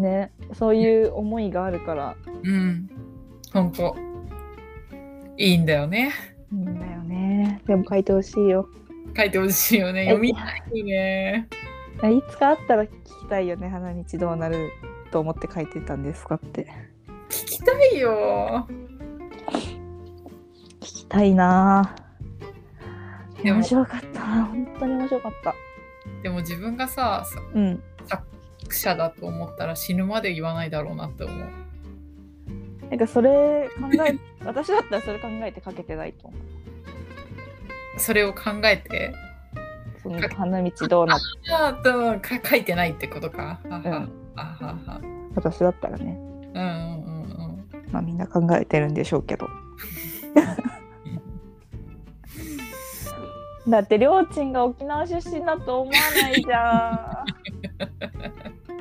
ねそういう思いがあるから
うんほんといいんだよね
いいんだよねでも書いてほしいよ
書いてほしいよね読みたいね
いつかあったら聞きたいよね花道どうなると思って書いてたんですかって
聞きたいよ
聞きたいなぁ
でも
面白かったな本当に面白かった
でも自分がささ
うん
作者だと思ったら死ぬまで言わないだろうなって思う。
なんかそれ考 え私だったらそれ考えて書けてないと思う
それを考えて、
その花道どうなっ
あーとか書いてないってことか。あ
た、う
は
ん、
あはは。
私だったらね
うんうんうん
まあみんな考えてるんでしょうけど だってりょうちんが沖縄出身だと思わないじゃ
う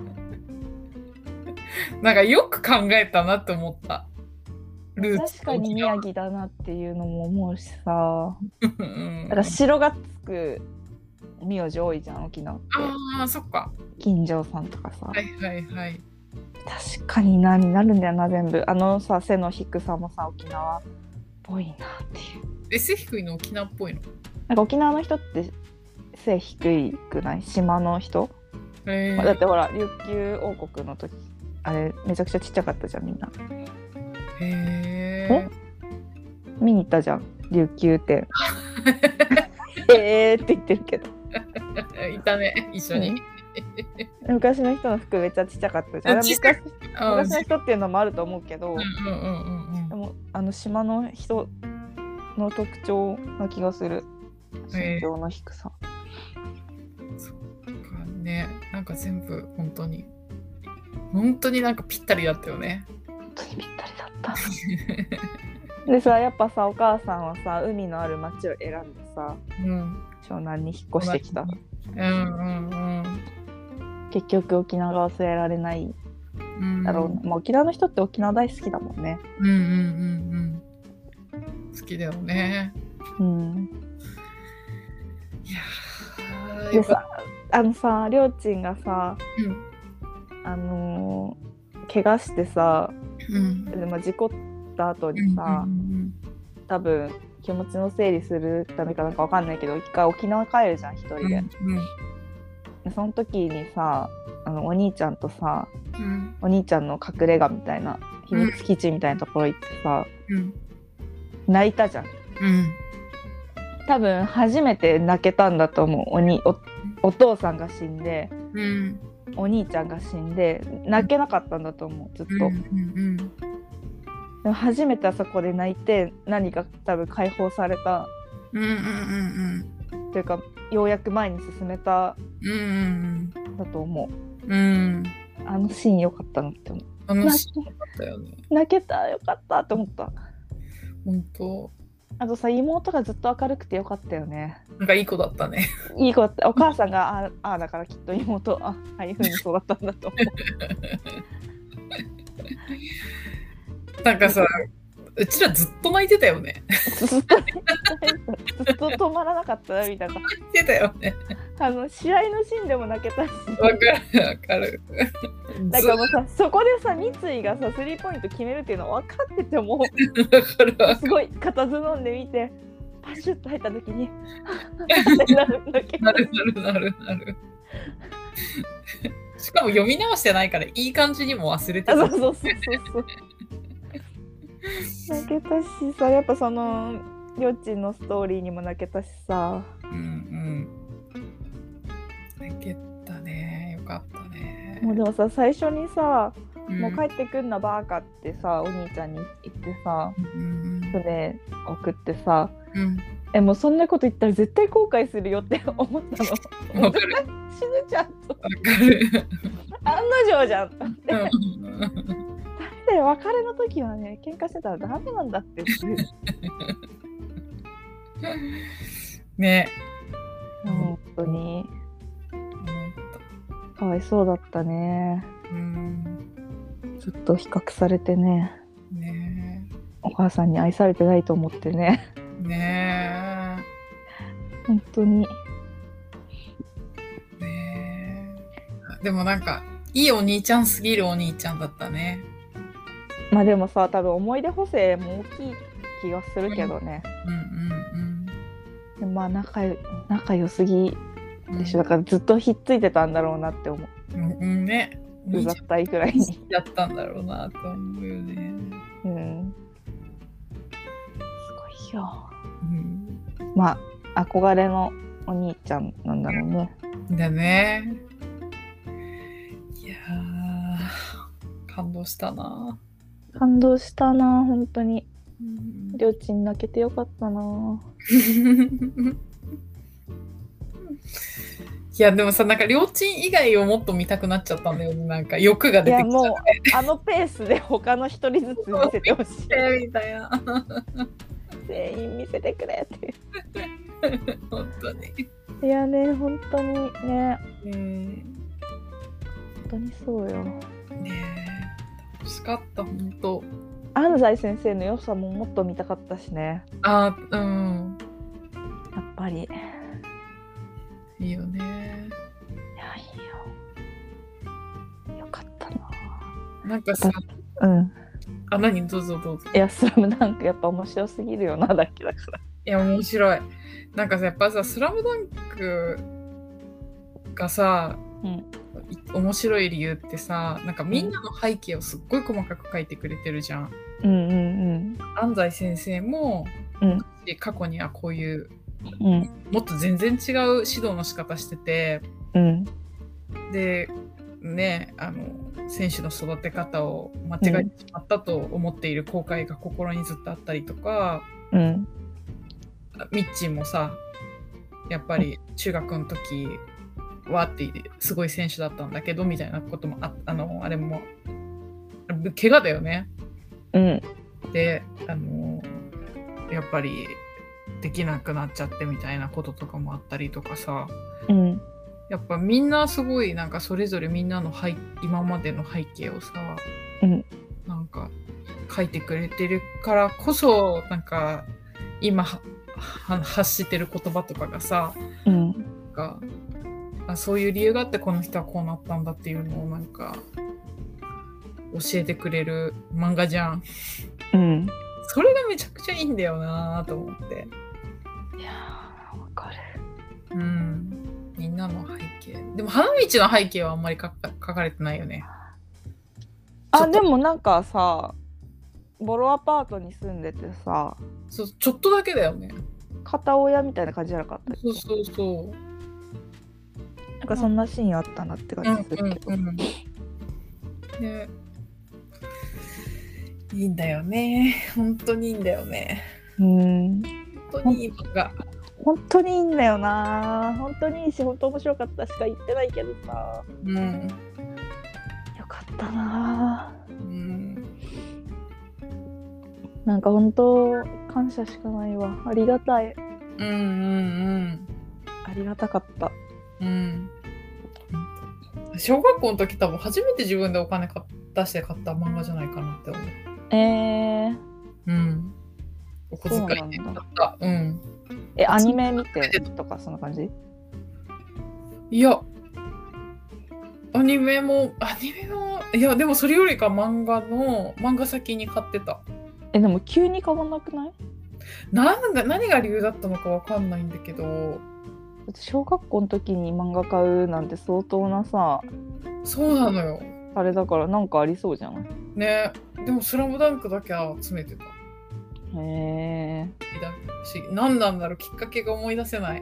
ん。なんかよく考えたなって思った。 ル
ん
ーツ。
確かに宮城だなっていうのも思うしさ
うん
だから城がつく名字多いじゃん沖縄って
ああ、そっか。
金城さんとかさ
はいはいはい。
確かになになるんだよな全部あのさ背の低さもさ沖縄っぽいなっていう
え、背低いの沖縄っぽいの。
なんか沖縄の人って背低いくない島の人、
え
だってほら琉球王国の時あれめちゃくちゃちっちゃかったじゃんみんな
ー、へ
え
ー
見に行ったじゃん琉球 展えーって言ってるけど
え。いたね、一緒に。
昔の人の服めっちゃちっちゃかったじゃんあれ
ちっ
昔
ちゃいあー
昔の人っていうのもあると思うけど、
うんうんうんうん
でもあの島の人の特徴な気がする
へー
身長の低さ、
うん。かね。なんか全部本当に本当になんかぴったりだった よね。
本当にぴったりだった。 でさやっぱさお母さんはさ海のある町を選んでさ
うん、
湘南に引っ越してきた
うんうん
結局沖縄は据えられない
うん。
だろうな、まあ、沖縄の人って沖縄大好きだもんね
うんうんうんうん。好きだよね。
うん
いやー
で
よかっ
さあのさりょうちんがさ
たう
あのー怪我してさ
んうん。
で、まあ、事故った後
うん
にさ、多分気持ちの整理するためかなんかわかんないけど一回沖縄帰るじゃん一人
うん
で,、でその時にさあのお兄ちゃんとさ
うん
お兄ちゃんの隠れ家みたいな秘密基地みたいなところ行ってさ
うん
泣いたじゃん
うん
多分初めて泣けたんだと思うおにおお父さんが死んで
うん
お兄ちゃんが死んで泣けなかったんだと思うずっと、
うんうん
でも初めてあそこで泣いて何か多分解放された
うんうんうん
というかようやく前に進めた
うんうん
んだと思う
うんうん
あのシーン良かったなって思う
楽し
泣
か
け
ったよね
泣けたよかったって思った
本当
あとさ妹がずっと明るくてよかったよね
なんかいい子だったね
いい子だったお母さんがあああだからきっと妹あああいうふうに育ったんだと思う
なんかさうちらずっと泣いてたよね
ずっとずっと止まらなかったなみたいな
泣いてたよね
あの試合のシーンでも泣けたし
わかるわかる
なんかもうさそこでさ三井がさスリーポイント決めるっていうの分かってても
ずっとわかるわ
すごい固唾飲んで見てパシュッと入った時にってなるんだけど
なるなるなるなるしかも読み直してないからいい感じにも忘れて
あそう
た
そうそうそうそう泣けたしさやっぱそのりょっちんのストーリーにも泣けたしさ
うんうん。泣けたね。よかったね。
もうでもさ最初にさ「
ん
もう帰ってくんなバーカ」ってさお兄ちゃんに言ってさ
うん
船送ってさ
うん
えもうそんなこと言ったら絶対後悔するよって 思ったの
うん。わかる。
死ぬじゃんと
わかる。
案の定じゃんと
うん
で別れの時はね喧嘩してたらダメなんだって言 って
ね。うん
本当に
思っ
かわいそうだったね
たうん。
ずっと比較されてね
ね
お母さんに愛されてないと思ってね
え。ね
本当に
え。ねえ。でもなんか、いいお兄ちゃんすぎるお兄ちゃんだったね。
まあでもさ多分思い出補正も大きい気がするけどね、
うんうん
でまあ仲よ仲良すぎ
うん。
でしょだからずっとひっついてたんだろうなって思う
うんうんね。お
う
兄
ざ
ちゃ
っ
ん
たいくらい
好
に、
きだったんだろうなと思うよね。
うん、すごいよ
うん。
まあ憧れのお兄ちゃんなんだろうね。
だね。いやー、感動したな。
感動したな本当に。
うん
りょうちん泣けてよかったな。
いや、でもさ、なんか、りょうちん以外をもっと見たくなっちゃったんだよね。なんか、欲が
い
出て
や
きち
も
ゃ
う
っ
あのペースで他の一人ずつ見せてほしい。
て、みたいな。
全員見せてくれってい
本当に。
う。いやね本当にね
うん。
本当にそうよ。
ねえ楽しかった、本当。
安西先生の良さももっと見たかったしね。
あー、うん。
やっぱり。いや
いいよね。
いいよ。よかったな。
なんかさ、
うん。
あ、何どうぞどうぞ。
いやスラムダンクやっぱ面白すぎるよなだけだから。
いや、面白い。なんかさ、やっぱさ、スラムダンクがさ、
うん
い面白い理由ってさ、なんかみんなの背景をすっごい細かく書いてくれてるじゃん。
うんうん
安西先生も、
うん
昔過去にはこういう、
うんうん
もっと全然違う指導の仕方してて、
うん。
で、ね、あの、選手の育て方を間違えてしまったと思っている後悔が心にずっとあったりとか、
うん
ミッチーもさやっぱり中学の時わってすごい選手だったんだけどみたいなこともああのあれも怪我だよね
うん
であのやっぱりできなくなっちゃってみたいなこととかもあったりとかさ
うん
やっぱみんなすごいなんかそれぞれみんなの背今までの背景をさ、
うん
なんか書いてくれてるからこそなんか今はは発してる言葉とかがさ
うん
なんかあそういう理由があってこの人はこうなったんだっていうのをなんか教えてくれる漫画じゃん
うん
それがめちゃくちゃいいんだよなと思って
いやーわかる
うんみんなの背景でも花道の背景はあんまり書か書かれてないよねちょ
あ
っと
でもなんかさボロアパートに住んでてさ
そうちょっとだけだよね
片親みたいな感じじゃなかったっけ
そうそうそう。
なんかそんなシーンあったなって
うん
感じす
う
る
ん
けど、
うん。ね。いいんだよね。本当にいいんだよね。
うん、
本当にいい漫画。
本当にいいんだよな本当にいいし本当面白かったしか言ってないけどさ
うん。
よかったな
うん。
なんか本当感謝しかないわありがたい
うんうん
ありがたかった
うん。うん。小学校の時多分初めて自分でお金買っ出して買った漫画じゃないかなって思う。
えー、
うん。お小遣い
そ
で
う
買
なん
っ
だ
た。うん。
えアニメ見てとかそんな感じ
いや、アニメも、アニメも、いや、でもそれよりか漫画の、漫画先に買ってた。
えでも急に変わんなくない
なんだ、何が理由だったのかわかんないんだけど、
だって小学校の時に漫画買うなんて相当なさ
そうなのよ。
あれだからなんかありそうじゃない
ね、でも、スラムダンクだけは詰めてた。
へえ
だし、何なんだろう、きっかけが思い出せない。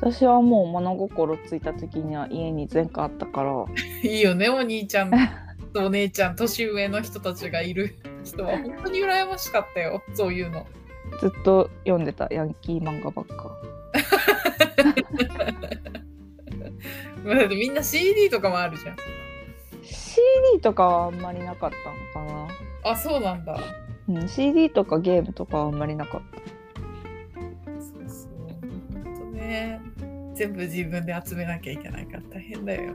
私はもう物心ついた時には家に全巻あったから
いいよね、お兄ちゃんとお姉ちゃん、年上の人たちがいる人は、本当に羨ましかったよ、そういうの。
ずっと読んでたヤンキー漫画ばっか
だってみんな CD とかもあるじゃん。
CD とかはあんまりなかったのか
あ、そうなんだ。
な、うん、CD とかゲームとかはあんまりなかった
そうそう。本当ね。全部自分で集めなきゃいけないから大変だよ。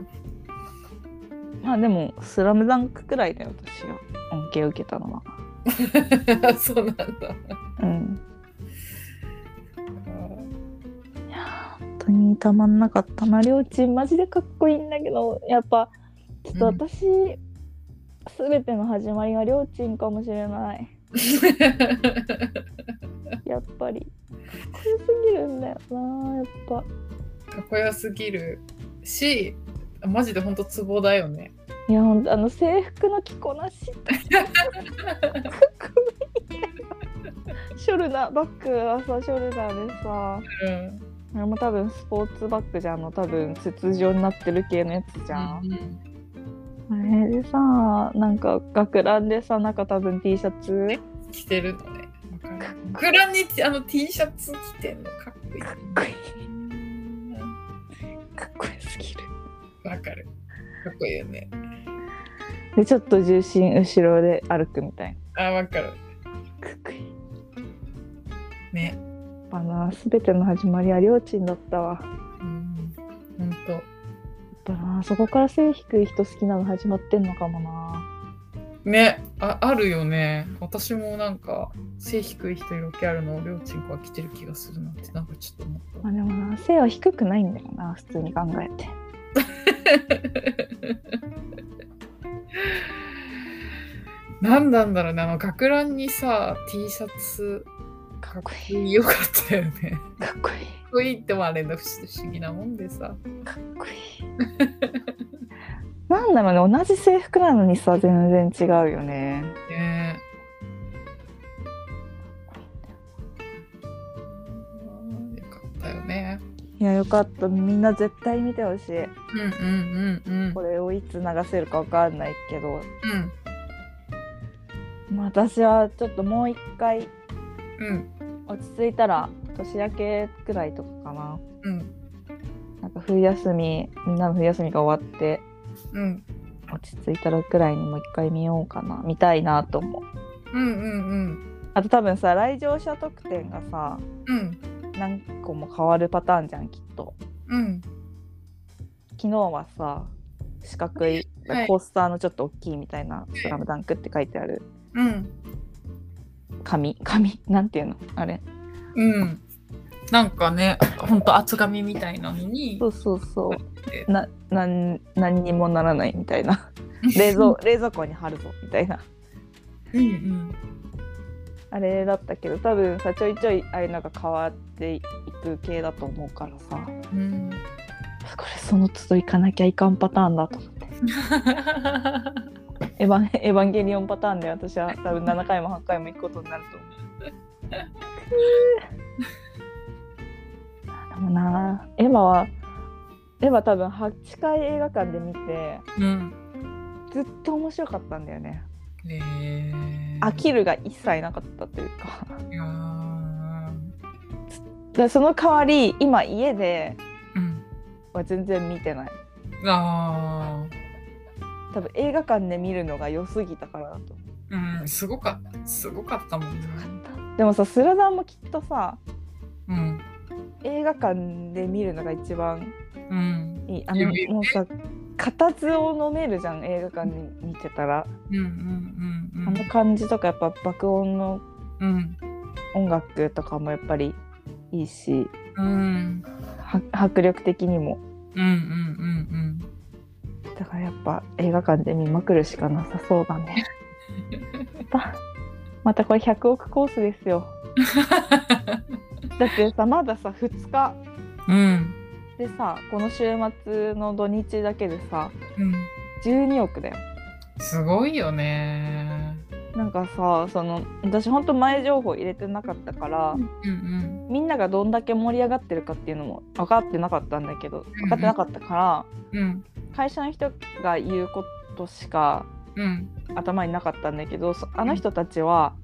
まあでも「スラムダンクくらいだよ私は恩恵を受けたのは
そうなんだ。
うんいやー本当にたまんなかったなりょうちんマジでかっこいいんだけどやっぱちょっと私、全ての始まりがりょうちんかもしれないやっぱりかっこよすぎるんだよなやっぱ
かっこよすぎるし、マジで本当ツボだよね。
いやほんとあの制服の着こなし とかかっこいいんだよショルダーバッグはさショルダーでさ
うん。
あれも多分スポーツバッグじゃんあの多分筒状になってる系のやつじゃん、
うん
あれでさなんか学ランでさなんか多分 T シャツ
着てるのね。わかるグランにあの T シャツ着てんのかっこいい。
かっこいいかっこよすぎる
わかる。かっこいいよね。
でちょっと重心後ろで歩くみたい
あ、わかる。
なかっこいいや
ね。
っぱな全ての始まりはりょーちんだったわ
うん。本当。
やっぱなそこから背低い人好きなの始まってんのかもな
ねああるよね私もなんか背低い人色気あるのをりょうちんが着てる気がするなってなんかちょっと思
まあでもな背は低くないんだよな普通に考えて
った何なんだろうねあの学ランにさ T シャツ
かっこいい
よかったよねか
かっこいい
っこいいってもあれだ不思議なもんでさ
かっこいいなんだろうね同じ制服なのにさ全然違うよね
ねよかったよね
いやよかったみんな絶対見てほしい
うんうんうんうん
これをいつ流せるかわかんないけど、
うん
まあ、私はちょっともう一回
うん
落ち着いたら年明けくらいとかかな
うん
あなんか冬休みみんなの冬休みが終わって
うん
落ち着いたらくらいにもう一回見ようかな見たいなと思う
うんうん
あと多分さ来場者特典がさ
うん
何個も変わるパターンじゃんきっと
うん
昨日はさ四角い
はい
コースターのちょっと大きいみたいな「スラムダンクって書いてある
うん
紙 紙なんていうのあれ
うんなんかねほんと厚紙みたいなのに
そうそうそうななん何にもならないみたい な冷蔵冷蔵庫に貼るぞみたいな
うんうん
あれだったけど多分さちょいちょいああいうのが変わっていく系だと思うからさ
うん
これその都度行かなきゃいかんパターンだと思ってエヴァン「 エヴァンゲリオン」パターンで私は多分7回も8回も行くことになると思う。くーでもなエヴァはエヴァ多分8回映画館で見て
うん
ずっと面白かったんだよね
ねえ
飽きるが一切なかったというか
いやー
でその代わり今家で
うん
は全然見てない
あ
多分映画館で見るのが良すぎたからだと思
ーうんすごかったすごかったもんね
うでもさスラダンもきっとさ
うん
映画館で見るのが一番
うん
いいあの
指
もうさ固唾を飲めるじゃん映画館で見てたら、
うんうんうん
あの感じとかやっぱ爆音の
うん
音楽とかもやっぱりいいし
うん
は迫力的にも
うんうんうん
だからやっぱ映画館で見まくるしかなさそうだ ねまたまたこれ100億コースですよだってさまださ2日
うんうん
でさこの週末の土日だけでさ
うん
12億だよ
すごいよね
なんかさその私ほんと前情報入れてなかったから、
うん
みんながどんだけ盛り上がってるかっていうのも分かってなかったんだけど分かってなかったから、
うんうん
会社の人が言うことしか
うん
頭になかったんだけどそあの人たちは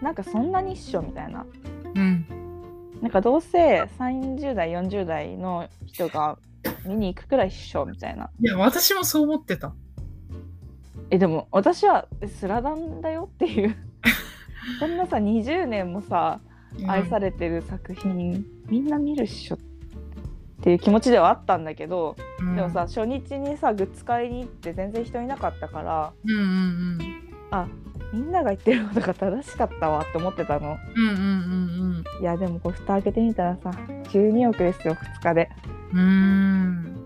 なんかそんなにっしょみたいな
うん
なんかどうせ30代40代の人が見に行くくらいっしょみたいない
や私もそう思ってた
えでも私はえスラダンだよっていう そんなさ20年もさ愛されてる作品、みんな見るっしょっていう気持ちではあったんだけど、
で
でもさ初日にさグッズ買いに行って全然人いなかったから
うんうんうん
みんなが言ってることが正しかったわって思ってたの
うんうん
いやでもこう蓋開けてみたらさ12億ですよ2日で
うんうんうん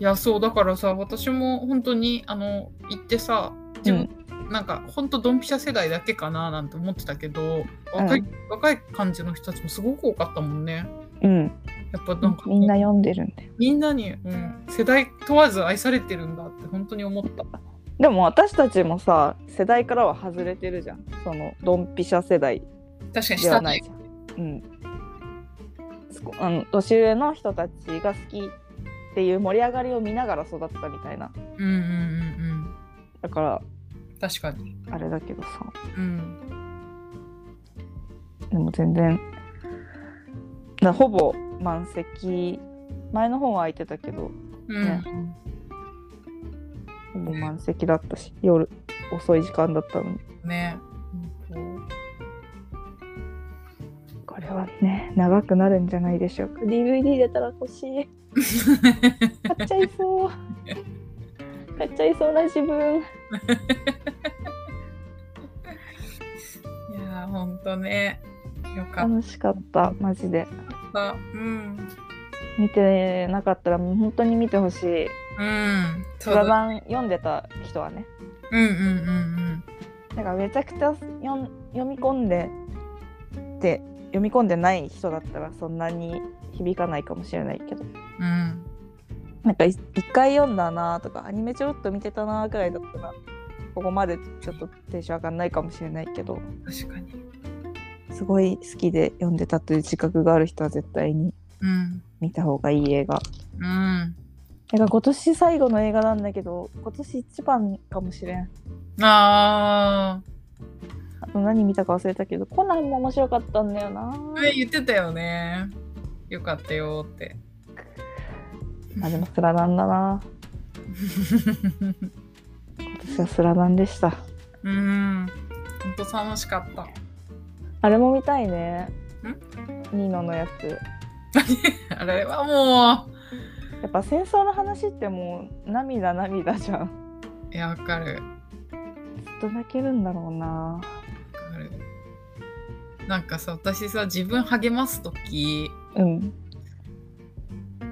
いやそうだからさ私も本当にあの行ってさ自分、なんか本当ドンピシャ世代だけかななんて思ってたけど若い,、若い感じの人たちもすごく多かったもんね
うん、
やっぱなんか
みんな読んでるんで
みんなに、うん、世代問わず愛されてるんだって本当に思った。
でも私たちもさ世代からは外れてるじゃんそのドンピシャ世代
確か
で
に下
は
の
ないじゃん、うん、すこあの年上の人たちが好きっていう盛り上がりを見ながら育ったみたいな
うんうんうん
だから
うん。確かに。
あれだけどさ
うん。
でも全然だほぼ満席前の方は空いてたけど
うん。
ねほぼ満席だったし夜遅い時間だったのに
ね。うん
これはね長くなるんじゃないでしょうか DVD 出たら欲しい 買っちゃい そう買っちゃいそうな自分
いやー、本当ね。よかっ
楽しかったマジで
た。うん。
見てなかったらもう本当に見てほしい
うん。
プ
そう
ラ
だ。
バン読んでた人はね
うんうんうん
だからめちゃくちゃ読ん読み込んでって読み込んでない人だったらそんなに響かないかもしれないけど
うん。うん。
なんかい一回読んだなとかアニメちょろっと見てたなくらいだったらここまでちょっとテンション上がんないかもしれないけど
確かに。
すごい好きで読んでたという自覚がある人は絶対に
うん。
見た方がいい映画。
うん。
だから今年最後の映画なんだけど今年一番かもしれん。
あ
あと何見たか忘れたけどコナンも面白かったんだよな。
ー。ね言ってたよね。よかったよーって。
あでもスラダンだな私はスラダンでした
うん。本当楽しかった。
あれも見たいねニーノのやつ
あれはも
やっぱ戦争の話ってもう涙涙じゃん
う、いや、わかる。
ずっと泣けるんだろうな
わかる。なんかさ、私さ、自分励ますとき、
うん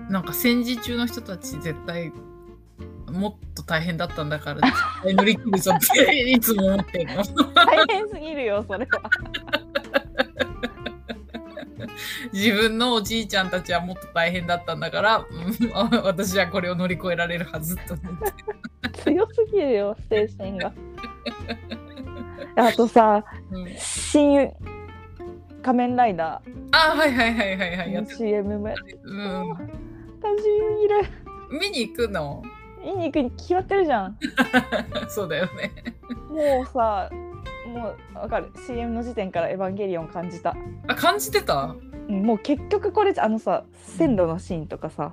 なんか戦時中の人たち絶対、もっと大変だったんだから、絶対乗り切るぞっていつも思ってるの。
大変すぎるよそれは
自分のおじいちゃんたちはもっと大変だったんだから、うん あ私はこれを乗り越えられるはずと思って。
強すぎるよ精神があとさ
うん
「新仮面ライダー
あ、はいはいはいはい」はい。やっ
の
て
CM もやって
うん、
私いる
見に行くの
いい肉に決まってるじゃん
そうだよね。
もうさもうわかる CM の時点から「エヴァンゲリオン」感じた
あ、感じてた
うんもう結局これじゃあのさ線路のシーンとかさ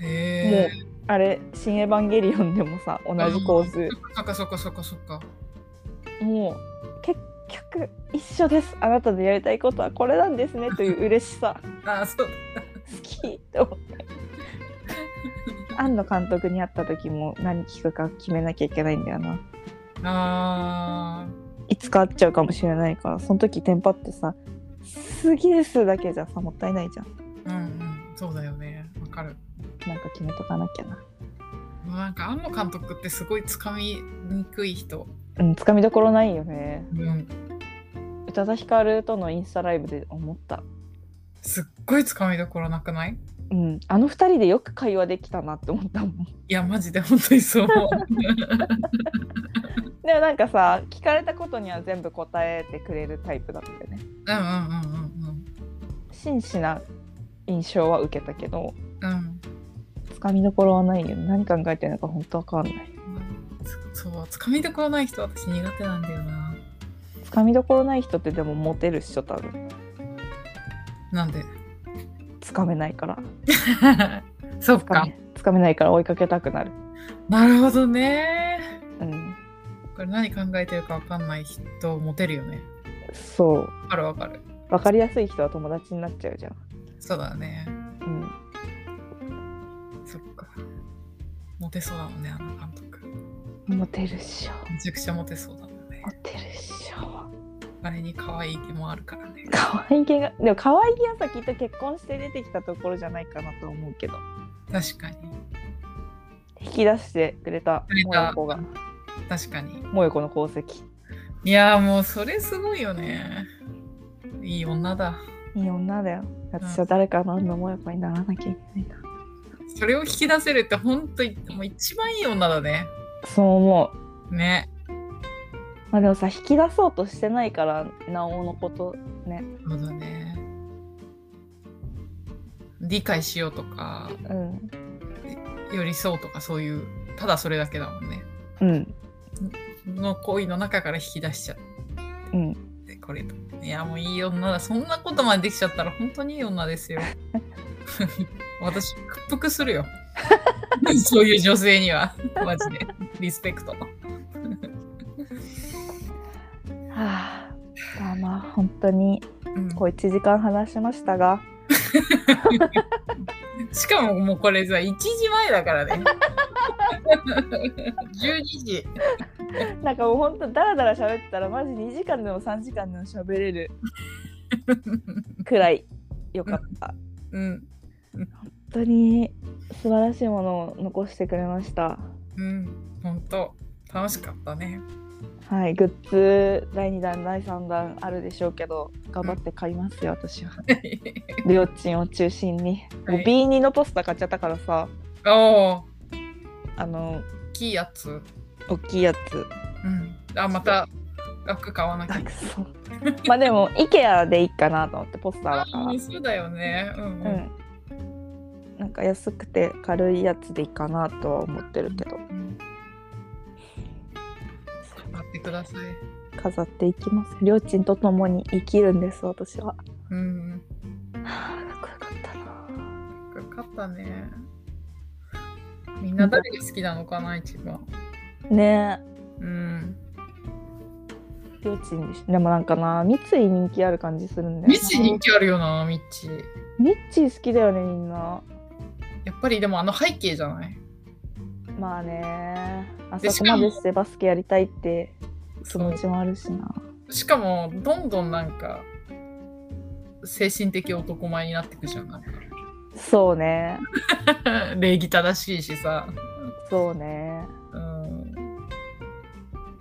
へえ。
あれ「新エヴァンゲリオン」でもさ同じ構図
そっかそっかそっかそっか。
もう結局一緒ですあなたのやりたいことはこれなんですねという嬉しさ
あ、そう。
好きと思って庵野監督に会った時も何聞くか決めなきゃいけないんだよな
あ
いつか会っちゃうかもしれないからその時テンパってさ「好きです」だけじゃさもったいないじゃん
ーうんうん。そうだよね。わかる。
なんか決めとかなきゃな
もうなんか、庵野監督ってすごいつかみにくい人。
うんつかみどころないよね
うん。
宇多田ヒカルとのインスタライブで思った
すっごいつかみどころなくない
うんあの二人でよく会話できたなって思ったもん
いや、マジで本当にそう思う。
でもなんかさ聞かれたことには全部答えてくれるタイプだったよね
うんうんうん
真摯な印象は受けたけど
うんうん。うん。
つかみどころはないよね何考えてるのか本当わかんない
そそう、つかみどころない人、私苦手なんだよな。
つかみどころない人ってでもモテるっしょ多分
なんで
つかめないから
そっ
つか
か。
めつかめないから追いかけたくなる
なるほどね。
うん
これ何考えてるかわかんない人、モテるよね。
そう
わかるわかる。
わかりやすい人は友達になっちゃうじゃん
そうだね。
うん
そっか。モテそうだもんね、あの監督。
モテるっしょ
めちゃくちゃモテそうだもんね
モ。テるっしょ
あれに可愛い気もあるからね。
可愛げがでも可愛げはさきっと結婚して出てきたところじゃないかなと思うけど
確かに。
引き出してくれた
くれ
も
た
よこが
確かに。
もよこの功績
いやーもうそれすごいよね。いい女だ。
いい女だよ私は誰かの安野もよこにならなきゃいけないな
それを引き出せるって本当にもう一番いい女だね。
そう思う
ね。
まあでもさ引き出そうとしてないからなおのことね
そうだね。理解しようとか、
うん
寄り添うとかそういう、ただそれだけだもんね。
うん
の恋の中から引き出しちゃ
う
う。
ん
でこれいやもういい女だそんなことまでできちゃったら本当にいい女ですよ 私屈服するよ そういう女性にはマジでリスペクト
はあまあまあ本当に
うん
こう1時間話しましたが
しかももうこれさ1時前だからね 12時
なんかもうほんとダラダラ喋ってたらマジ2時間でも3時間でも喋れるくらいよかった
うん
本当に素晴らしいものを残してくれました
うん本当楽しかったね
はいグッズ第2弾第3弾あるでしょうけど頑張って買いますよ 私はりょーちんを中心に、
はい
もう B2 のポスター買っちゃったからさ
おお
あの
大きいやつ
大きいやつ
うんあまた額買わなきゃ
たくさんまあでも IKEA でいいかなと思ってポスターだから
あそうだよねうんうん
うんなんか安くて軽いやつでいいかなとは思ってるけど
うん買ってください。
飾っていきますりょーちんと共に生きるんです私は
うん。
はあかっこよかったな
よかったね。みんな誰が好きなのかな、一番。
ね
うん。
え幼稚園でしでもなんかな三井人気ある感じするんだよな
ミッチー人気あるよな、ミッチー。
ミッチー好きだよねみんな
やっぱりでもあの背景じゃない
まあねあ
で
そこまでしてバスケやりたいって気持ちもあるしな
しかも、どんどんなんか、精神的男前になってくじゃん。なん
そうね
か 礼儀正しいしさ。
そうね
う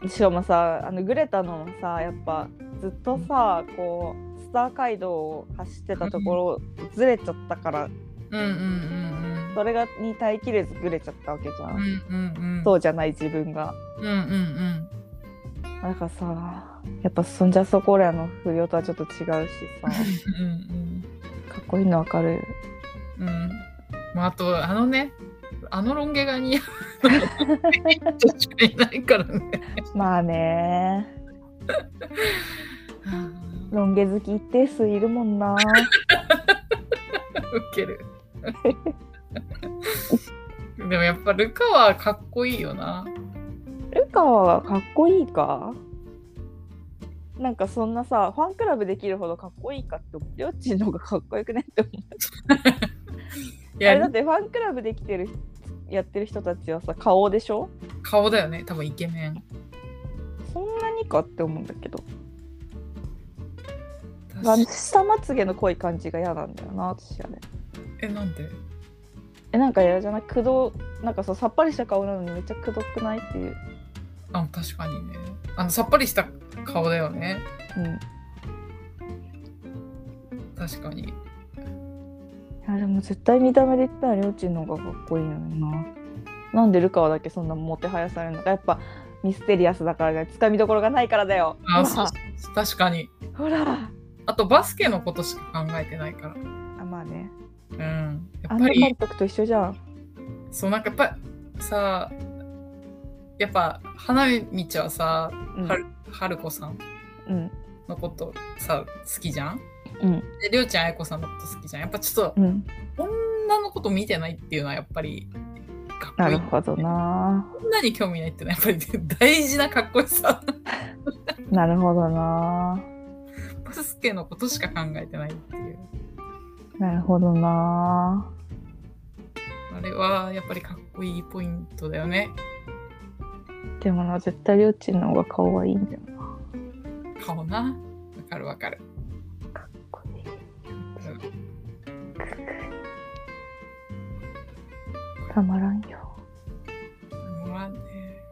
ん。
しかもさあのグレタのさやっぱずっとさこうスター街道を走ってたところずれちゃったから
うんうんうん
それがに耐えきれずグレちゃったわけじゃ
うん。うん
ん、
うんうん。
そうじゃない自分が
うんうんうん。
なんかさやっぱそんじゃそこらの不良とはちょっと違うしさ
うん
かっこいいのわかる
うんうん。まあ、あと、あのね、あのロン毛が似合う。しかいないからね。
まあねロン毛好き一定数いるもんな
ウケる。でもやっぱルカはかっこいいよな。
ルカはかっこいいかなんかそんなさファンクラブできるほどかっこいいかって思ってりょっちんの方がかっこよくないって思う
い
あれだ
や
っ、てファンクラブできてるやってる人たちはさ顔でしょ
顔だよね、多分イケメン。
そんなにかって思うんだけど
確
あ
か
の下まつげの濃い感じが嫌なんだよな私あれ
え、なんで
えなんか嫌じゃないくどなんかそうさっぱりした顔なのにめっちゃくどくないっていう、
あ、確かにね。あの、さっぱりした顔だよね。
うん、
確かに。
あでも絶対見た目で言ったらりょうちんの方がかっこいいのにななんでルカワだけそんなもてはやされるのかやっぱミステリアスだからねつかみどころがないからだよ
あ、
ほ
そう
ら
そう確かに。
ほら
あと、バスケのことしか考えてないか
あまあね
ら。うん。や
あ
っ
の
ぱり
監、督と一緒じゃん
そう、なんかやっぱさ、やっぱ、花道はさ、
うん
はる春子さん
うん
のことさ、好きじゃん
うん
で、りょうちゃん、あやこさんのこと好きじゃん。やっぱちょっと、
うん
女のこと見てないっていうのは、やっぱり、かっ
な
こい
る
い。
ほどな
女に興味ないっていうのは、やっぱり大事なかっこよさ。
なるほどな
バスケのことしか考えてないっていう。
なるほどな
あれは、やっぱりかっこいいポイントだよね。
でもな絶対りょうちんの方が顔はいいんだよ
顔な。わかるわかる。
かっこいいたまらんよ
うんまあね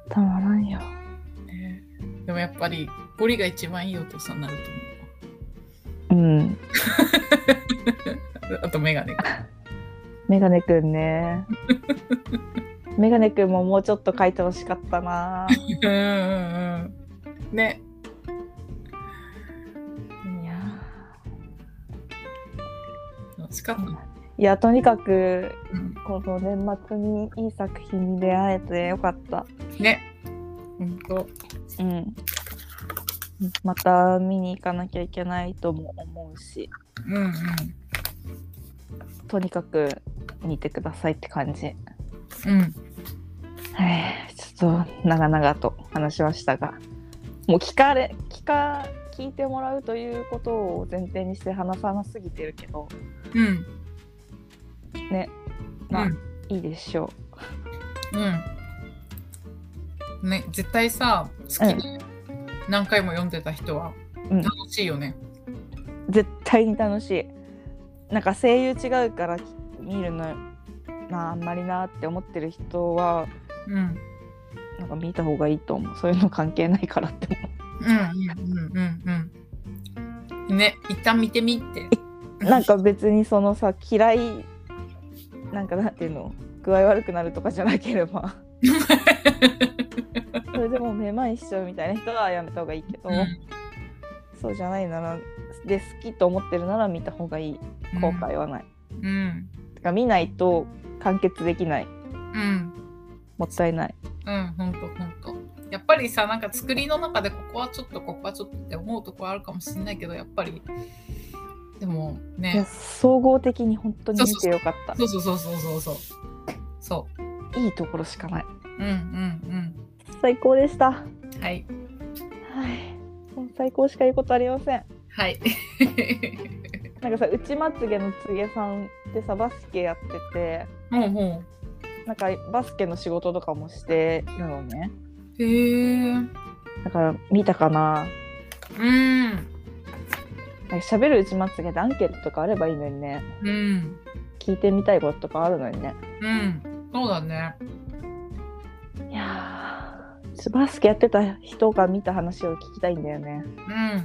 たまらんよ
ねでもやっぱり、ゴリが一番いいお父さんになると思
うん
う。あと、メガネ。
メガネくんね。メガネくんももうちょっと書いてほしかったな。
うんうんうん。ね。
いや
楽しかった。
いやとにかく
うん
この年末にいい作品に出会えてよかった。
ね。ほんと。
うん。また見に行かなきゃいけないとも思うし、
うんうん。
とにかく見てくださいって感じ。
うん。
はいちょっと長々と話しましたが、もう聞かれ聞か聞いてもらうということを前提にして話さなすぎてるけど。
うん。
ねまあ、
うん
いいでしょ
うん。ね、絶対さ、好きで何回も読んでた人は
うん
楽しいよね。
う絶対に楽しいなんか声優違うからき見るのなあんまりなって思ってる人は
うん。うん
なんか見た方がいいと思うそういうの関係ないからって思
うんうんうんうん。ね、一旦見てみって。
う なん か別にそのさ嫌いなんかなんていうの具合悪くなるとかじゃなければそれでもうめまいしちゃうみたいな人はやめた方がいいけど、
うん
そうじゃないならで好きと思ってるなら見た方がいい後悔はない、
うん。
てか見ないと完結できない
うん。
もったいない
うん、ほんとほんと。やっぱりさ、なんか作りの中でここはちょっと、ここはちょっとって思うとこあるかもしれないけど、やっぱり、でもね
いや、総合的に本当に見てよかった
そうそうそうそうそうそう。そ
いいところしかない
うんうん
最高でしたは
うんはい
いもう最高しか言うことありません
はい
なんかさ内まつげのつげさんってさバスケやってて
ほうほ
なんかバスケの仕事とかもしてるのね
うへえうん
だから見たかななんか喋る内まつげでアンケートとかあればいいのにね
うん
聞いてみたいこととかあるのにね
うんそうだね
いやーバスケやってた人が見た話を聞きたいんだよね
うん
っ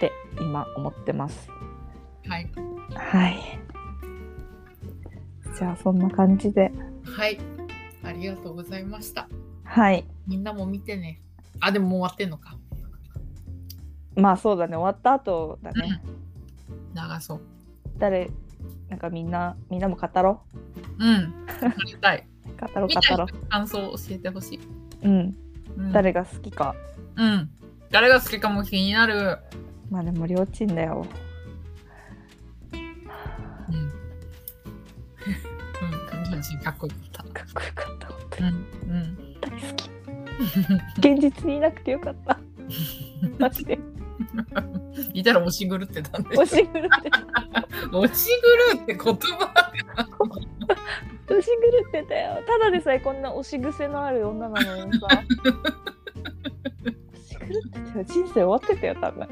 て今思ってます
はい
はいじゃあそんな感じで
はいありがとうございました
はい
みんなも見てねあでももう終わってんのか
まあそうだね終わった後だね、
流そう
誰なんかみんなみんなも語ろ
うん語りたいう
語ろう
見た
語ろ
人の感想を教えてほしい、
ううん
うん、
誰が好きか
うん誰が好きかも気になる
まあでも両チンだよ
うんうん、友人かっこよかっ
かっこよかった本当
た。う
に大
ん、うん。
好き現実にいなくてよかった マジで
いたら押し狂ってたんで
押し狂って
押し狂って言葉
押し狂ってたよただでさえこんな押し癖のある女なのにさ押し狂ってたよ人生終わってたよ多分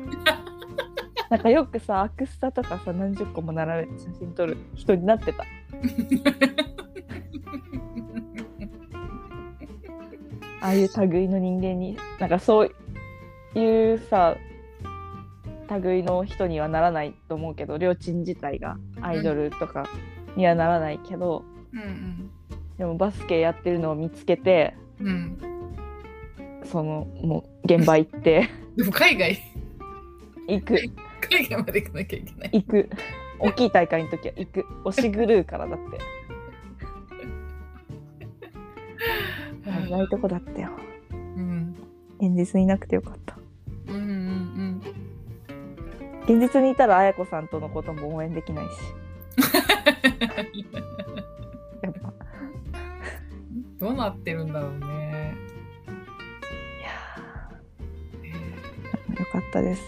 なんかよくさアクスタとかさ何十個も並べて写真撮る人になってたああいう類の人間になんかそういうさ類の人にはならないと思うけどりょーちん自体がアイドルとかにはならないけど、
うん
でもバスケやってるのを見つけて
うん。うん。
そのもう現場行って
でも海外、
行く
海外まで行かなきゃいけない。
行く大きい大会の時は行く押し狂うからだって危ないとこだったよ
うん。
現実にいなくてよかった
うんうん
現実にいたら綾子さんとのことも応援できないしやっぱ
うん。どうなってるんだろうね。
いやーよかったです